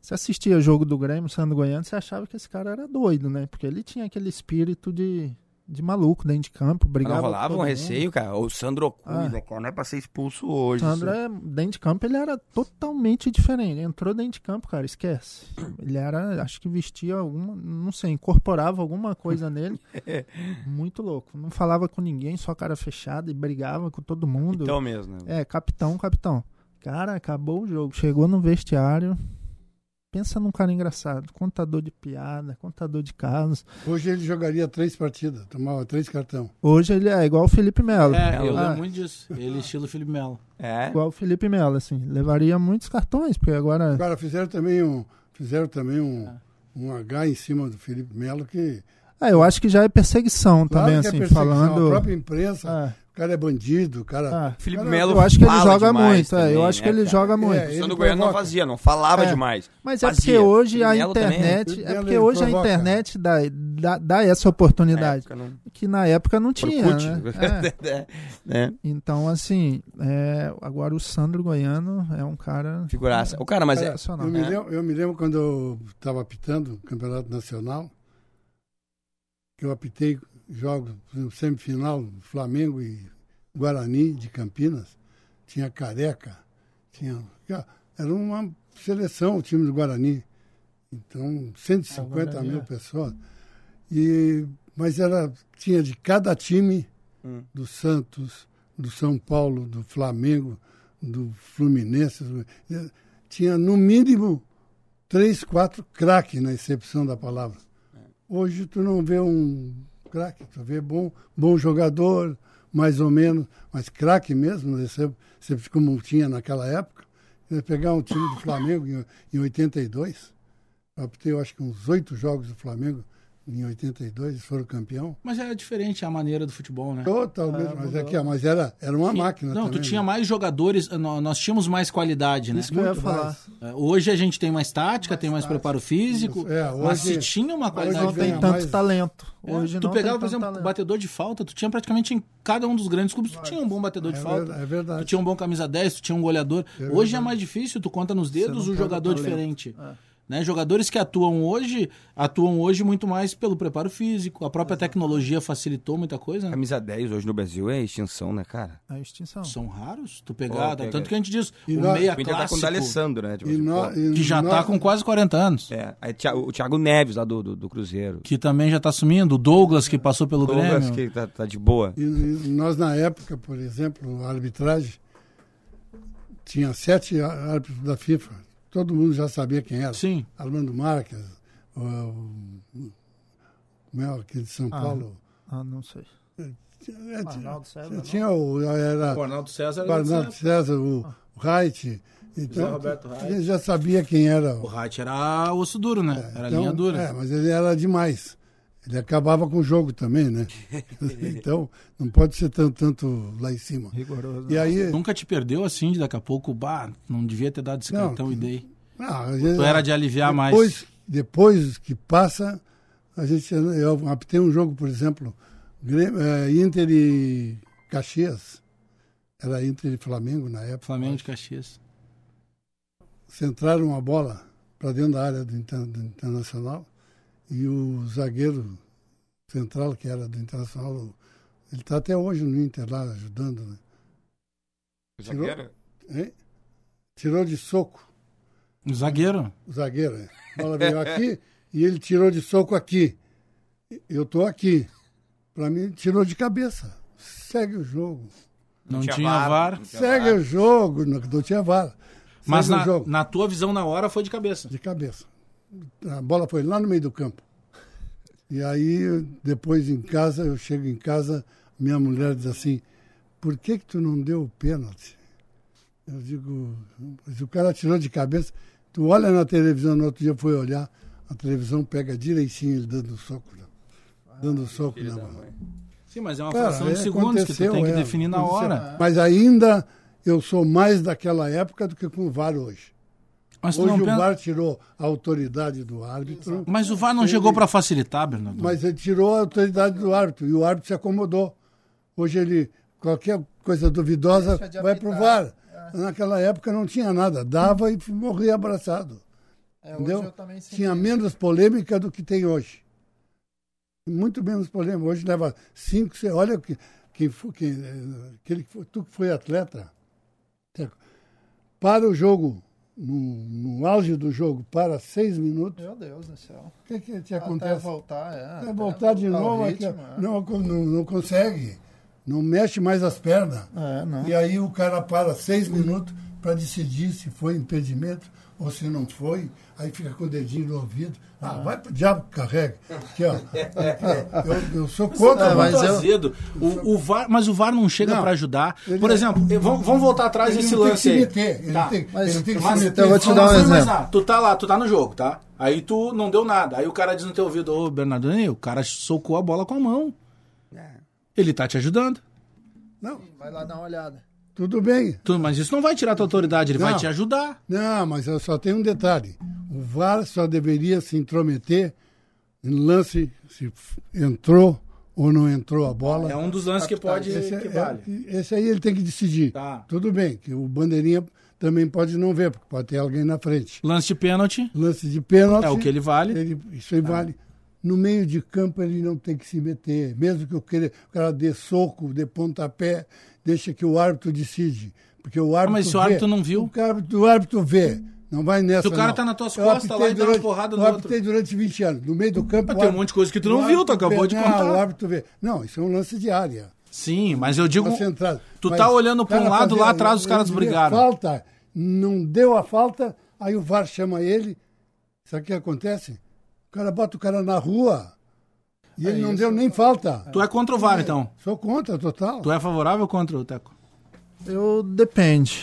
G: você assistia jogo do Grêmio, Sandro Goiano, você achava que esse cara era doido, né? Porque ele tinha aquele espírito de, de maluco dentro de campo, brigava
H: Não
G: com
H: rolava
G: todo
H: um
G: mundo.
H: receio, cara. O Sandro
G: Ah.
H: Cunha, cara, não é pra ser expulso hoje.
G: Sandro,
H: assim.
G: é- dentro de campo, ele era totalmente diferente. Ele entrou dentro de campo, cara, esquece. Ele era, acho que vestia alguma, não sei, incorporava alguma coisa nele. Muito louco. Não falava com ninguém, só cara fechado e brigava com todo mundo.
H: Então mesmo, né?
G: É, capitão, capitão. Cara, acabou o jogo. Chegou no vestiário. Pensa num cara engraçado. Contador de piada, contador de casos.
F: Hoje ele jogaria três partidas, tomava três cartão.
G: Hoje ele é igual o Felipe Melo.
E: É, eu
G: Ah.
E: lembro muito disso. Ele estilo Felipe Melo.
H: É.
G: Igual o Felipe Melo, assim. Levaria muitos cartões, porque agora.
F: Agora fizeram também um, fizeram também um,
E: Ah.
F: um H em cima do Felipe Melo que
G: Ah, eu acho que já é perseguição
F: claro
G: também,
F: que é
G: assim,
F: perseguição, a
G: falando.
F: própria imprensa,
G: Ah,
F: o cara é bandido, o cara
G: ah.
H: Felipe
F: Cara,
H: Melo
G: Eu acho que ele
H: fala
G: joga
H: demais
G: muito, é, eu
H: também,
G: acho que
H: né,
G: ele
H: cara?
G: joga muito.
H: O
F: Ele
H: Sandro Goiano não
F: provoca.
H: fazia, não falava
G: É.
H: demais.
G: Mas é
H: Fazia.
G: porque hoje a
H: Felipe Melo também, né?
G: internet.
F: Felipe
G: É
F: Melo,
G: porque
F: ele
G: hoje a
F: provoca.
G: internet dá, dá, dá essa
H: Na
G: oportunidade.
H: época, não-
G: Que na época não tinha.
H: Orkut.
G: Né? É.
H: né?
G: Então, assim, é, agora o Sandro Goiano é um cara
H: Figuraça. O cara, mas é.
G: sensacional.
F: Eu me,
H: É.
F: lembro, eu me lembro quando eu estava apitando o Campeonato Nacional, que eu apitei jogos por exemplo, semifinal, Flamengo e Guarani de Campinas. Tinha Careca, tinha. Era uma seleção o time do Guarani. Então, 150
G: Guarani,
F: mil
G: é.
F: pessoas. E, mas era, tinha de cada time
H: Hum.
F: do Santos, do São Paulo, do Flamengo, do Fluminense. do- Tinha no mínimo três, quatro craques na excepção da palavra.
E: É.
F: Hoje tu não vê um craque, tu vê bom, bom jogador, mais ou menos, mas craque mesmo, né, sempre, sempre como tinha naquela época. Eu pegar um time do Flamengo em, em 82, eu apitei, eu acho que uns oito jogos do Flamengo em 82, eles foram campeão.
E: Mas era diferente a maneira do futebol, né?
F: Totalmente, mas, aqui, ó, mas era, era É uma máquina
E: Não,
F: também,
E: tu tinha
F: né?
E: mais jogadores, nó- nós tínhamos mais qualidade, né?
G: Isso que eu ia
F: Muito
G: falar.
F: mais.
E: É, Hoje a gente tem mais tática, tem mais preparo físico,
F: Isso, é,
E: mas se
F: hoje-
E: tinha uma qualidade...
G: Não
F: Hoje
G: tem
F: ganha
G: tanto
F: mais-
G: talento.
E: É,
G: Hoje
E: tu
G: não tem
E: pegava, por
G: tanto
E: exemplo,
G: talento.
E: batedor de falta, tu tinha praticamente em cada um dos grandes clubes, tu tinha um bom batedor de
F: É
E: falta.
F: verdade, é verdade.
E: Tu tinha um bom camisa 10, tu tinha um goleador. hoje é mais difícil, tu conta nos dedos
G: não
E: o
G: pega o
E: jogador
G: talento. É.
E: diferente. Né? Jogadores que atuam hoje, atuam hoje muito mais pelo preparo físico. A própria tecnologia facilitou muita coisa. né?
H: Camisa 10 hoje no Brasil é extinção, né, cara?
G: A É extinção.
E: São raros tu pegar.
H: Pô, pega-
E: Tanto que a gente diz,
F: E
E: o
F: nós-
E: meia
H: O Inter tá com o
E: É clássico,
H: D'Alessandro, né? Tipo
F: E
H: assim,
F: nó-
H: pô.
F: e
E: que já tá
F: nós-
E: com quase 40 anos.
H: É, aí Thi- o Thiago Neves lá do, do, do Cruzeiro.
E: Que também já tá sumindo. O Douglas, que passou pelo
H: Douglas,
E: Grêmio.
H: que tá, tá de boa.
F: E, e nós, na época, por exemplo, a arbitragem tinha sete á- árbitros da FIFA. Todo mundo já sabia quem era.
E: Sim.
F: Armando Marques, o, o- como é, aquele de São Paulo.
G: Ah, não sei.
E: Ah,
F: É, ti-
G: Arnaldo César, não?
F: tinha o. Era,
E: O Arnaldo César
F: o Arnaldo César, o o Reit. Então,
E: Ah. Roberto Reit.
F: ele já sabia quem era.
E: né? O Hatch era osso duro, né? era
F: Então,
E: linha dura.
F: É, mas ele era demais. Ele acabava com o jogo também, né? então, não pode ser tanto, tanto lá em cima.
G: Rigoroso.
F: E aí.
E: Nunca te perdeu assim de daqui a pouco, bah, não devia ter dado esse
F: Não,
E: cartão e dei.
F: Ah, às vezes-
E: Tu era de aliviar mais.
F: depois, Depois que passa, a gente. Eu apitei um jogo, por exemplo, Grêmio- eh, Inter e Caxias. Era Inter e Flamengo na época.
E: Flamengo de Caxias.
F: Centraram a bola para dentro da área do, Inter- do Internacional e o zagueiro central, que era do Internacional, ele está até hoje no Inter lá ajudando, né? Tirou, hein? Tirou de soco.
E: Um zagueiro.
F: o zagueiro. né? A bola veio aqui e ele tirou de soco aqui. Eu tô aqui. Para mim, ele tirou de cabeça. Segue o jogo.
E: Não, tinha VAR.
F: Segue o jogo. Não, não tinha vara.
E: mas
F: Segue
E: na,
F: o um jogo.
E: na tua visão na hora foi de cabeça.
F: De cabeça. A bola foi lá no meio do campo. E aí, depois em casa, eu chego em casa, minha mulher diz assim, por que que tu não deu o pênalti? Eu digo, mas o cara tirou de cabeça. Tu olha na televisão, no outro dia eu fui olhar, a televisão pega direitinho ele dando soco. né? Dando soco na bola.
E: Sim, mas é uma
F: Cara,
E: fração de
F: é,
E: segundos que tu tem que
F: aconteceu, é,
E: definir na
F: aconteceu.
E: hora.
F: Mas ainda eu sou mais daquela época do que com o VAR hoje.
E: Mas, tu
F: Hoje
E: não
F: o
E: pensa-
F: VAR tirou a autoridade do árbitro.
E: mas o VAR não chegou pra facilitar, Bernardo.
F: Mas ele tirou a autoridade do árbitro e o árbitro se acomodou. Hoje ele, qualquer coisa duvidosa,
G: de É.
F: vai pro VAR. Naquela época não tinha nada, dava e morria abraçado.
G: É,
F: entendeu? tinha menos polêmica do que tem hoje. Muito menos polêmica. Hoje leva cinco, seis. Olha que, quem foi, quem, eh, aquele que foi, tu que foi atleta. Teco, Para o jogo, no, no auge do jogo, para seis minutos.
G: Meu Deus do céu.
F: O que, que
G: Ah, tá,
F: te acontece?
G: voltar, é.
F: Vai voltar de novo aqui. ó.
G: não.
F: Não, não, não consegue. Não mexe mais as pernas.
G: É, não.
F: E aí o cara para seis minutos para decidir se foi impedimento ou se não foi. Aí fica com o dedinho no ouvido. Ah,
G: É.
F: vai pro diabo que carrega. Aqui, ó. Eu, eu sou contra,
G: É,
F: mas
G: mas
E: Muito
G: eu-
E: azedo. O, o VAR, mas o VAR não chega
F: Não.
E: pra ajudar.
F: Ele- é-
E: Por exemplo, eh, vamos, vamos voltar atrás
F: ele
E: desse
F: não tem que
E: lance
F: se
E: aí.
F: meter. Ele
E: Tá.
F: tem, ele
G: Mas-
F: tem que
G: mas
F: se
G: eu
F: meter.
G: vou te dar um
E: Mas,
G: exemplo.
E: mas, ah, tu tá lá, tu tá no jogo, tá? Aí tu não deu nada. Aí o cara diz no teu ouvido, ô Bernardoni, o cara socou a bola com a mão. Ele tá te ajudando.
F: Não,
G: Vai lá dar uma olhada.
F: tudo bem.
E: Tu- mas isso não vai tirar tua autoridade, ele vai
F: Não.
E: te ajudar.
F: Não, mas eu só tenho um detalhe. O VAR só deveria se intrometer em lance se f- entrou ou não entrou a bola.
E: É um dos lances que pode
F: esse,
E: que
F: é-
E: vale.
F: esse aí ele tem que decidir.
E: Tá.
F: Tudo bem, que o bandeirinha também pode não ver, porque pode ter alguém na frente.
E: Lance de pênalti
F: Lance de pênalti.
E: é o que ele vale. Tá.
F: ele- isso aí vale. No meio de campo ele não tem que se meter, mesmo que o cara, o cara dê soco, dê pontapé, deixa que o árbitro decide. Porque o árbitro
E: mas se o
F: vê,
E: árbitro não viu?
F: O, cara, o árbitro vê. Não vai nessa.
E: Se o cara
F: não.
E: tá nas tuas
F: Eu
E: costas
F: apitei
E: lá e dá uma
F: durante-
E: porrada no
F: Eu apitei durante 20 anos. No meio do campo. o
E: Mas tem um
F: árbitro-
E: monte de coisa que tu
F: o
E: não viu, tu
F: árbitro
E: acabou
F: vê.
E: de
F: Não,
E: contar.
F: O árbitro vê. Não, isso é um lance de área.
E: Sim, mas eu digo.
F: Tá centrado.
E: Tu
F: Mas
E: tá olhando pra um
F: o cara
E: lado,
F: fazia-
E: lá atrás os
F: ele
E: caras
F: deu
E: brigaram.
F: Falta, não deu a falta, aí o VAR chama ele. Sabe o que acontece? O cara bota o cara na rua e
G: É
F: ele não deu nem falta.
E: Tu é contra o VAR, então.
F: Sou contra, total.
G: Então,
E: Tu é favorável ou contra o Teco?
G: Eu depende.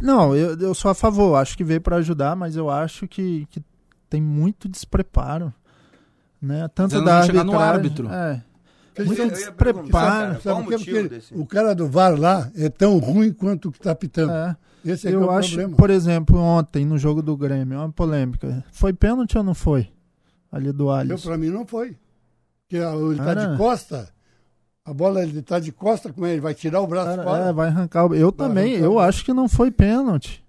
G: Não, eu, eu sou a favor. Acho que veio para ajudar, mas eu acho que, que tem muito despreparo. né? Tanto
E: Mas
G: da
E: não chegar no
G: árbitro.
E: árbitro.
G: É.
F: Porque
G: Muito
F: sabe-
G: despreparo.
H: cara?
F: sabe
H: Qual
F: por quê?
H: o motivo
F: Porque
H: desse?
F: o cara do VAR lá é tão ruim quanto o que está pitando.
G: É.
F: Esse é que é
G: Eu
F: o
G: acho,
F: problema.
G: por exemplo, ontem no jogo do Grêmio, é uma polêmica. Foi pênalti ou não foi? Ali do
F: Eu,
G: Alisson.
F: pra mim, não foi. Porque a- ele tá
G: Cara.
F: de costa, a bola ele tá de costa, como é? Ele vai tirar o braço
G: Cara,
F: fora.
G: é, vai arrancar. o- Eu também,
F: arrancar
G: eu
F: o-
G: acho que não foi pênalti.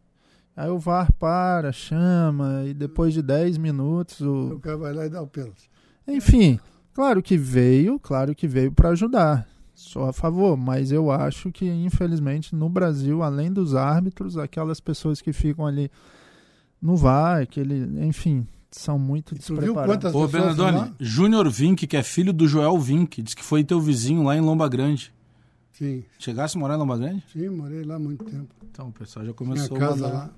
G: Aí o VAR para, chama, e depois de 10 minutos o,
F: O cara vai lá e dá o pênalti.
G: Enfim, claro que veio, claro que veio para ajudar. Sou a favor, mas eu acho que, infelizmente, no Brasil, além dos árbitros, aquelas pessoas que ficam ali no VAR, aquele, enfim, são muito
F: E tu viu quantas
G: despreparadas.
E: Ô,
F: pessoas estão
E: Bernardone,
F: lá?
E: Júnior Vink, que é filho do Joel Vink, diz que foi teu vizinho lá em Lomba Grande.
F: Sim,
E: Chegasse a morar em Lomba Grande?
F: sim, morei lá há muito tempo.
E: Então, o pessoal já
F: Minha
E: começou a
F: casa
E: mandar.
F: lá.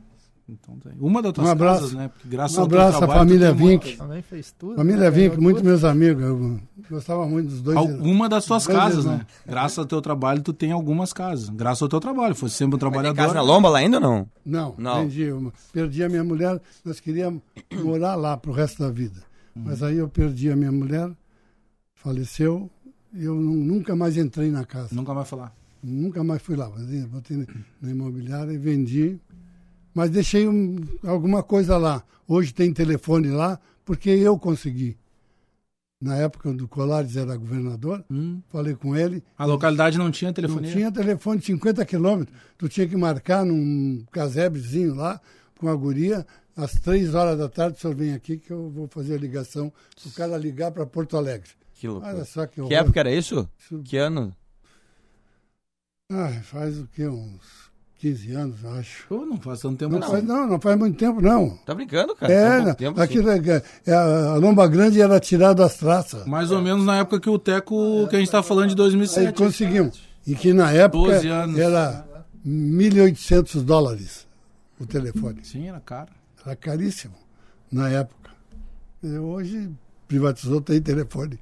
E: Então, tá aí. Uma das tuas
F: Um abraço.
E: casas, né? Porque graças
F: Um
E: ao teu
F: abraço à
E: trabalho, tu
F: família
E: tem uma-
F: Vink.
G: Também fez tudo.
F: Família
G: né?
F: Vink,
G: Ganhou
F: muito
G: tudo.
F: meus amigos. Eu gostava muito dos dois.
E: Alguma das tuas
F: Dois
E: casas,
F: irmãos.
E: né? Graças ao teu trabalho, tu tem algumas casas. Graças ao teu trabalho. Fosse sempre um
H: Mas tem casa na
E: trabalhador.
H: lomba lá ainda ou não?
F: Não,
H: Não.
F: vendi uma. Perdi a minha mulher, nós queríamos morar lá pro resto da vida.
E: Uhum.
F: Mas aí eu perdi a minha mulher, faleceu, e eu nu- nunca mais entrei na casa.
E: Nunca vai falar.
F: Nunca mais fui lá. Mas, eh, Botei na- na imobiliária e vendi. Mas deixei um- alguma coisa lá. Hoje tem telefone lá, porque eu consegui. Na época do Colares era governador,
E: Hum.
F: falei com ele,
E: A localidade não tinha
F: não
E: telefonia.
F: tinha telefone de 50 quilômetros. Tu tinha que marcar num casebrezinho lá, com a guria, às três horas da tarde, o senhor vem aqui que eu vou fazer a ligação. O cara ligar para Porto Alegre.
H: Que loucura.
F: Olha só que
H: que
F: horror.
H: época era isso?
F: Isso-
H: Que ano?
F: Ai, faz o quê? Uns 15 anos, eu acho.
E: Pô, não faz tanto tempo
F: Não,
E: assim.
F: faz, não, não faz muito tempo, não.
H: Tá brincando, cara? Tem
F: É,
H: pouco
F: não,
H: tempo,
F: aqui
H: sim.
F: é, é, a Lomba Grande era tirada as traças.
E: Mais ou menos na época que o Teco, que a gente tá falando de
F: Aí
E: 2007.
F: conseguimos. E que na época
E: 12 anos.
F: era 1.800 dólares o telefone.
E: Sim, era caro.
F: Era caríssimo na época. E hoje privatizou, tem telefone.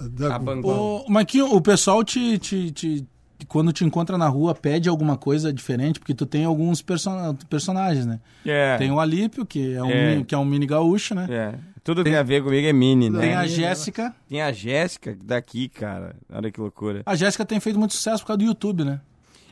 F: Dá
H: A
F: com-
H: banca-
E: Ô, Marquinho, o pessoal te, te, te- Quando te encontra na rua, pede alguma coisa diferente, porque tu tem alguns person- personagens, né?
H: É.
E: Tem o Alípio, que é um,
H: É.
E: mini- Que é um mini gaúcho, né?
H: É. Tudo tem a ver comigo é mini, né?
E: Tem a Jéssica.
H: Tem a Jéssica daqui, cara. Olha que loucura.
E: A Jéssica tem feito muito sucesso por causa do YouTube, né?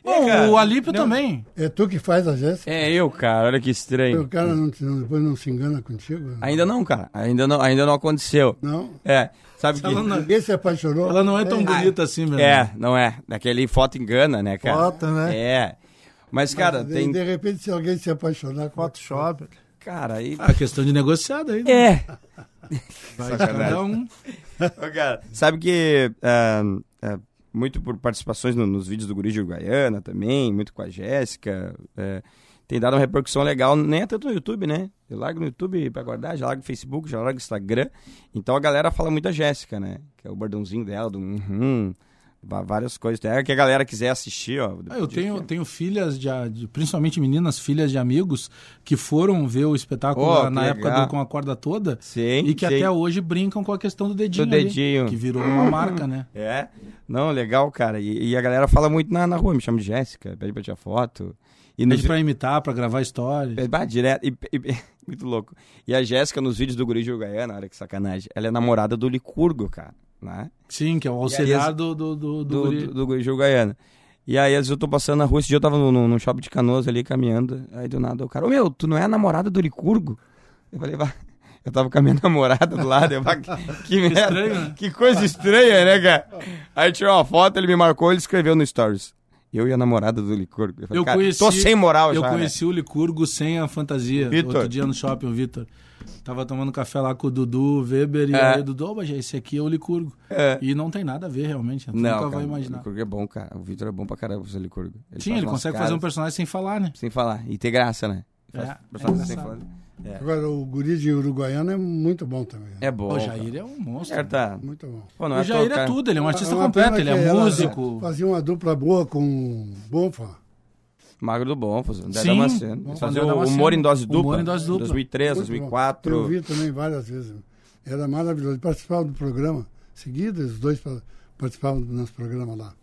H: É,
E: Ah, Bom,
H: cara.
E: o Alípio
H: Não.
E: também.
F: É tu que faz a Jéssica?
H: É eu, cara. Olha
F: O
H: que estranho.
F: cara não, te- não- depois não se engana contigo?
H: Ainda não, cara. Ainda não, ainda não aconteceu.
F: Não?
H: É. Sabe que...
E: Ela não,
F: Ninguém se apaixonou?
E: ela não é tão bonita assim, mesmo.
H: É, não é. Daquele foto engana, né, cara?
G: Foto, né?
H: É. Mas, cara,
F: de,
H: tem...
F: de repente, se alguém se apaixonar... como é que
G: Photoshop.
H: Cara, aí...
E: A É questão de negociada aí. né?
H: É.
E: Vai cada um.
H: Ô, cara, sabe que ah, ah, muito por participações no- nos vídeos do Guri de Uruguaiana também, muito com a Jéssica, eh, tem dado uma repercussão legal, nem é tanto no YouTube, né? Eu largo no YouTube pra guardar, já largo no Facebook, já largo no Instagram. Então a galera fala muito da Jéssica, né? Que é o bordãozinho dela, do uhum, va- várias coisas. É que a galera quiser assistir, ó.
E: Ah, eu tenho, tenho filhas, de, a- de- principalmente meninas, filhas de amigos, que foram ver o espetáculo
H: Oh,
E: lá
H: que
E: na época
H: legal.
E: do Com a Corda Toda
H: Sim,
E: e que
H: sim.
E: até hoje brincam com a questão do dedinho.
H: Do
E: ali,
H: dedinho.
E: que virou
H: Uhum.
E: uma marca, né?
H: É, não, legal, cara. E, e a galera fala muito na, na rua, me chama de Jéssica, pede pra tirar foto. E nos-
E: Pede pra imitar, pra gravar histórias.
H: Bah, direto. E, e- muito louco. E a Jéssica, nos vídeos do Guri de Uruguaiana, olha que sacanagem, ela é namorada do Licurgo, cara. Né?
E: Sim, que é o auxiliar do, do, do, do
H: Do,
E: guri.
H: do, do Guri de Uruguaiana. E aí, às vezes, eu tô passando na rua, esse dia eu tava num, num shopping de canoas ali, caminhando. Aí, do nada, o cara, ô meu, tu não é a namorada do Licurgo? Eu falei, vá. Eu tava com a minha namorada do lado, eu, "Bah, que, que merda,
E: estranho, né?
H: que coisa estranha, né, cara? Aí tirou uma foto, ele me marcou, ele escreveu no Stories. Eu e a namorada do Licurgo. Eu falei,
E: Eu
H: cara,
E: conheci,
H: tô sem moral
E: Eu
H: já, né?
E: conheci o Licurgo sem a fantasia.
H: Vitor.
E: Outro dia no shopping, o Vitor. Tava tomando café lá com o Dudu, o Weber, e
H: É.
E: aí o Dudu, "Ô, Bagé, esse aqui é o Licurgo.
H: É.
E: E não tem nada a ver, realmente. né? Tu
H: Não,
E: nunca
H: cara,
E: vai
H: O
E: imaginar.
H: Licurgo é bom, cara. O Vitor é bom pra caramba fazer Licurgo.
E: Sim,
H: faz
E: ele
H: umas
E: consegue
H: caras
E: fazer um personagem sem falar, né?
H: Sem falar. E ter graça, né? Ele
E: É,
H: faz um personagem
E: é
H: sem
E: engraçado.
H: falar.
F: Agora, o guri de Uruguaiana é muito bom também.
H: É bom.
E: o
H: cara.
E: Jair é um monstro.
H: Certa.
F: Muito bom.
H: Pô, tá, não
E: O
H: à
E: Jair
H: toa,
E: é
H: cara.
E: tudo, ele é um artista
F: Uma
E: completo,
F: pena
E: ele
F: que
E: é
F: ela
E: músico.
H: né?
F: Fazia uma dupla boa com o Bonfa.
H: é Magro do bom, fazer. André
E: Sim,
H: Damasceno.
E: bom,
H: Eles faziam
E: André
H: o
E: Damasceno.
H: humor em dose
E: Humor
H: dupla.
E: em dose dupla.
H: 2003,
F: Muito bom.
H: 2004.
F: Eu vi também várias vezes. Era maravilhoso. Ele participava do programa seguido, os dois pa- participavam do nosso programa lá.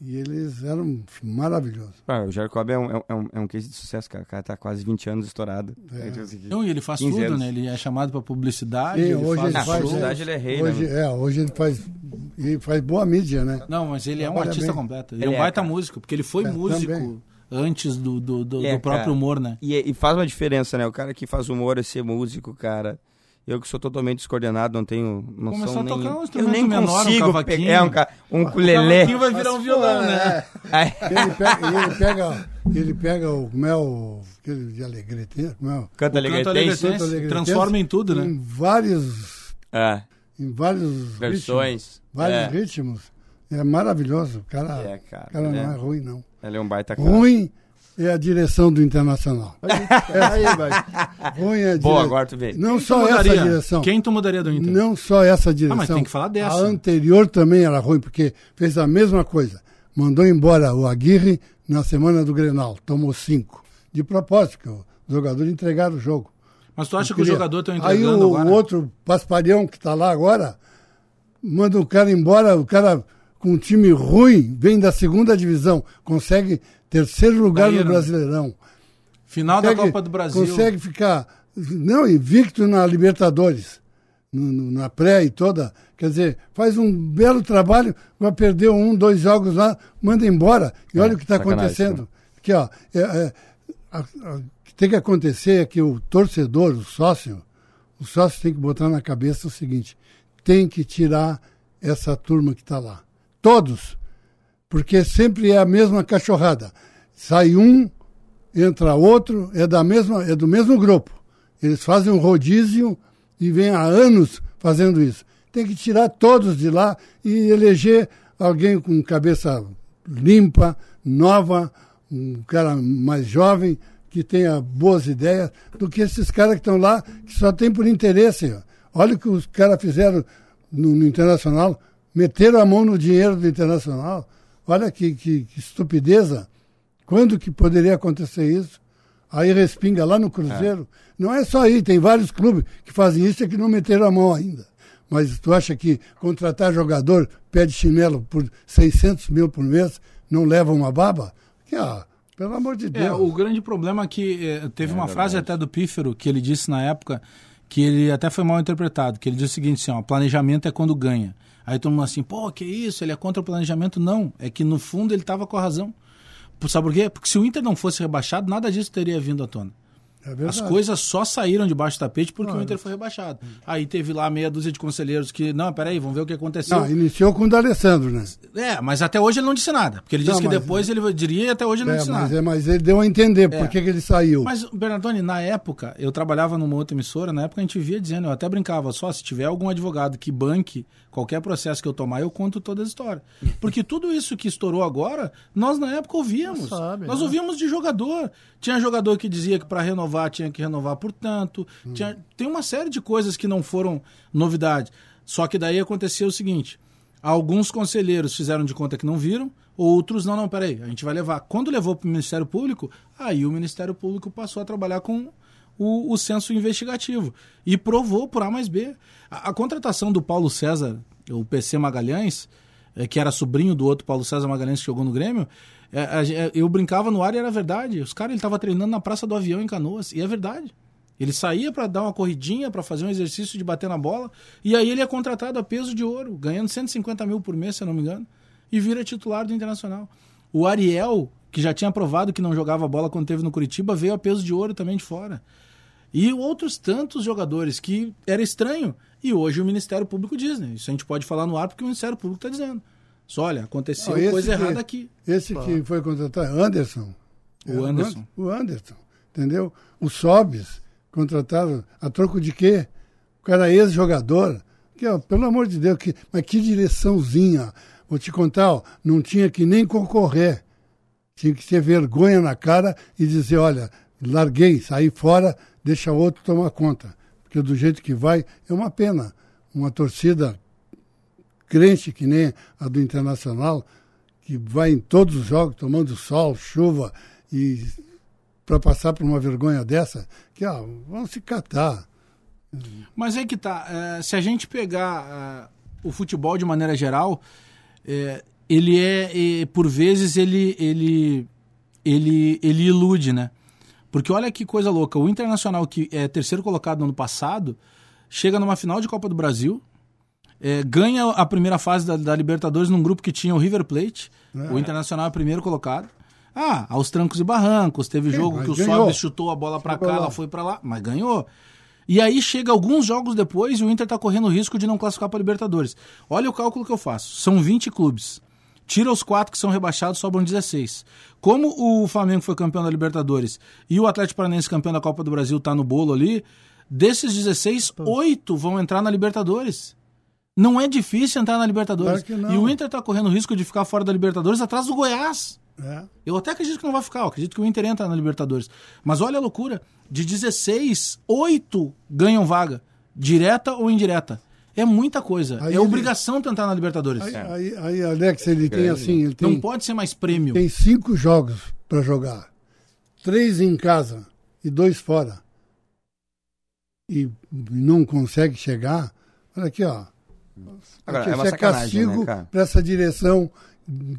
F: E eles eram maravilhosos.
H: Ah, o Jair Cobb é um, é, um, é um case de sucesso, cara. O cara tá quase 20 anos estourado.
E: É.
H: É, tipo assim,
E: Então, e ele faz
H: 15
E: tudo,
H: anos.
E: né? Ele é chamado pra
H: Ah,
E: publicidade,
F: Sim,
E: ele
F: hoje
E: faz
F: ele
H: Na
F: faz-
E: show.
H: publicidade ele é rei, né?
F: hoje,
H: meu?
F: é, hoje ele faz, ele faz boa mídia, né?
E: Não, mas ele é um
F: Trabalha
E: artista
F: bem.
E: completo. Ele, é
H: Ele
E: um
H: é,
E: baita
H: cara.
E: músico, porque ele foi
F: É,
E: músico
F: também.
E: antes do, do, do,
H: Ele é,
E: do próprio
H: cara.
E: humor, né?
H: E, e faz uma diferença, né? O cara que faz humor é ser músico, cara. Eu que sou totalmente descoordenado, não tenho noção
E: Começar a
H: nem...
E: tocar um
H: eu
E: instrumento
H: nem
E: menor, um
H: consigo
E: cavaquinho.
H: pegar é, um, ca... um
E: O
H: ukulele.
E: Cavaquinho vai virar um violão,
F: é.
E: né?
H: Aí-
F: Ele pega, e ele pega, ele pega o como é o aquele de alegreteiro, como é o-
H: Canta
E: Canto
H: alegretense.
E: Alegretense,
F: Alegretense.
E: transforma em tudo, né?
F: em vários,
H: Ah,
F: em vários
H: versões.
F: ritmos, vários
H: é.
F: ritmos. É maravilhoso, o cara,
H: É,
F: o
H: cara.
F: cara
H: ele,
F: não é
H: é,
F: ruim não.
H: ele é um baita cara.
F: Ruim é a direção do Internacional.
E: É
G: Aí, velho.
F: Ruim é a
H: Bom,
F: dire-
H: agora tu vê.
F: Não
E: tu
F: só essa
E: Então mudaria?
F: direção.
E: Quem tu mudaria do Inter?
F: Não só essa direção.
E: mas tem que falar dessa.
F: A anterior também era ruim, porque fez a mesma coisa. Mandou embora o Aguirre na semana do Grenal. Tomou cinco. De propósito, que o jogador entregaram o jogo.
E: Mas tu acha que o
F: Queria.
E: jogador tá
F: Aí
E: entregando
F: o,
E: agora?
F: o outro Paspalhão que tá lá agora, manda o cara embora, o cara com um time ruim, vem da segunda divisão, consegue terceiro lugar
E: Bahia,
F: no
E: né?
F: Brasileirão.
E: Final da
F: Consegue-
E: Copa do Brasil.
F: Consegue ficar, não, invicto na Libertadores, no- no- na pré e toda. Quer dizer, faz um belo trabalho, vai perder um, dois jogos lá, manda embora. E olha o que está
H: sacanagem,
F: acontecendo. Que, ó, é- é- a- a- o que tem que acontecer é que o torcedor, o sócio, o sócio tem que botar na cabeça o seguinte: tem que tirar essa turma que está lá. Todos. Porque sempre é a mesma cachorrada. Sai um, entra outro, é, da mesma, é do mesmo grupo. Eles fazem um rodízio e vem há anos fazendo isso. Tem que tirar todos de lá e eleger alguém com cabeça limpa, nova, um cara mais jovem, que tenha boas ideias, do que esses caras que estão lá, que só tem por interesse. Olha o que os caras fizeram no, no Internacional, meteram a mão no dinheiro do Internacional. Olha que, que, que estupideza. Quando que poderia acontecer isso? Aí respinga lá no Cruzeiro. Não é só aí, tem vários clubes que fazem isso e que não meteram a mão ainda. Mas tu acha que contratar jogador pé de chinelo por 600 mil por mês não leva uma baba? Que, ah, pelo amor de Deus.
E: É, o grande problema é que eh, teve uma frase até do Pífero que ele disse na época que ele até foi mal interpretado, que ele disse o seguinte assim, ó, planejamento é quando ganha. Aí todo mundo assim, pô, que isso, ele é contra o planejamento. Não, é que no fundo ele estava com a razão. Por- Sabe por quê? Porque se o Inter não fosse rebaixado, nada disso teria vindo à tona.
F: É verdade. é
E: As coisas só saíram debaixo do tapete porque o Inter foi rebaixado. Aí teve lá meia dúzia de conselheiros que, não, peraí, vamos ver o que aconteceu.
F: Não, Ah, iniciou com o D'Alessandro, né?
E: É, mas até hoje ele não disse nada. Porque ele
F: Não,
E: disse que
F: mas-
E: depois ele diria e até hoje ele não
F: É,
E: disse nada.
F: mas, é, mas ele deu a entender por que, que ele saiu.
E: Mas, Bernardoni, na época, eu trabalhava numa outra emissora, na época a gente via dizendo, eu até brincava, só se tiver algum advogado que banque qualquer processo que eu tomar, eu conto toda a história. Porque tudo isso que estourou agora, nós na época ouvíamos.
G: Não sabe,
E: nós
G: né?
E: ouvíamos de jogador. Tinha jogador que dizia que para renovar tinha que renovar por tanto. Tinha, tem uma série de coisas que não foram novidade. Só que daí aconteceu o seguinte. Alguns conselheiros fizeram de conta que não viram, outros não, não, peraí, a gente vai levar. Quando levou para o Ministério Público, aí o Ministério Público passou a trabalhar com o, o censo investigativo e provou por A mais B. A, a contratação do Paulo César, o PC Magalhães, eh, que era sobrinho do outro Paulo César Magalhães que jogou no Grêmio, eh, a gen- eh, eu brincava no ar e era verdade. Os caras, ele estava treinando na Praça do Avião em Canoas, e é verdade. Ele saía para dar uma corridinha, para fazer um exercício de bater na bola, e aí ele é contratado a peso de ouro, ganhando 150 mil por mês, se eu não me engano, e vira titular do Internacional. O Ariel, que já tinha provado que não jogava bola quando teve no Curitiba, veio a peso de ouro também de fora. E outros tantos jogadores que era estranho. E hoje o Ministério Público diz, né? Isso a gente pode falar no ar porque o Ministério Público está dizendo. Só, olha, aconteceu
F: Não, esse
E: coisa
F: que-
E: errada é aqui.
F: Esse que foi contratar, Anderson.
E: O
F: É,
E: Anderson.
F: An- O Anderson, entendeu? O Sobes, contrataram a troco de quê? O cara é ex-jogador. Que, ó, pelo amor de Deus, que, mas que direçãozinha. Vou te contar, ó, não tinha que nem concorrer. Tinha que ter vergonha na cara e dizer, olha, larguei, saí fora, deixa outro tomar conta. Porque do jeito que vai, é uma pena. Uma torcida crente que nem a do Internacional, que vai em todos os jogos tomando sol, chuva e para passar por uma vergonha dessa, que ah, vão se catar.
E: Mas é que é, tá. eh, se a gente pegar ah, o futebol de maneira geral, eh, ele é, e, por vezes, ele, ele, ele, ele ilude, né? Porque olha que coisa louca, o Internacional, que é terceiro colocado no ano passado, chega numa final de Copa do Brasil, é, ganha a primeira fase da, da Libertadores num grupo que tinha o River Plate, o Internacional é o primeiro colocado. Ah, aos trancos e barrancos, teve jogo
F: mas
E: que o
F: ganhou.
E: Sobis chutou a bola pra cá,
F: lá.
E: ela foi pra lá, mas ganhou. E aí chega alguns jogos depois e o Inter tá correndo o risco de não classificar para Libertadores. Olha o cálculo que eu faço. São 20 clubes. Tira os quatro que são rebaixados, sobram 16. Como o Flamengo foi campeão da Libertadores e o Atlético Paranaense campeão da Copa do Brasil tá no bolo ali, desses 16, oito vão entrar na Libertadores. Não é difícil entrar na Libertadores.
F: Claro que não.
E: E o Inter tá correndo o risco de ficar fora da Libertadores atrás do Goiás.
F: É.
E: Eu até acredito que não vai ficar, eu acredito que o Inter entra na Libertadores. Mas olha a loucura: de 16, 8 ganham vaga, direta ou indireta. É muita coisa.
F: Aí
E: é
F: ele-
E: obrigação tentar na Libertadores.
H: É.
F: Aí, aí, aí, Alex, ele tem assim, ele
E: Não
F: tem,
E: pode ser mais prêmio.
F: tem cinco jogos para jogar. Três em casa e dois fora. E não consegue chegar. Olha aqui, ó.
H: Agora,
F: Aqui,
H: é uma
F: isso
H: sacanagem,
F: castigo
H: né, cara?
F: para essa direção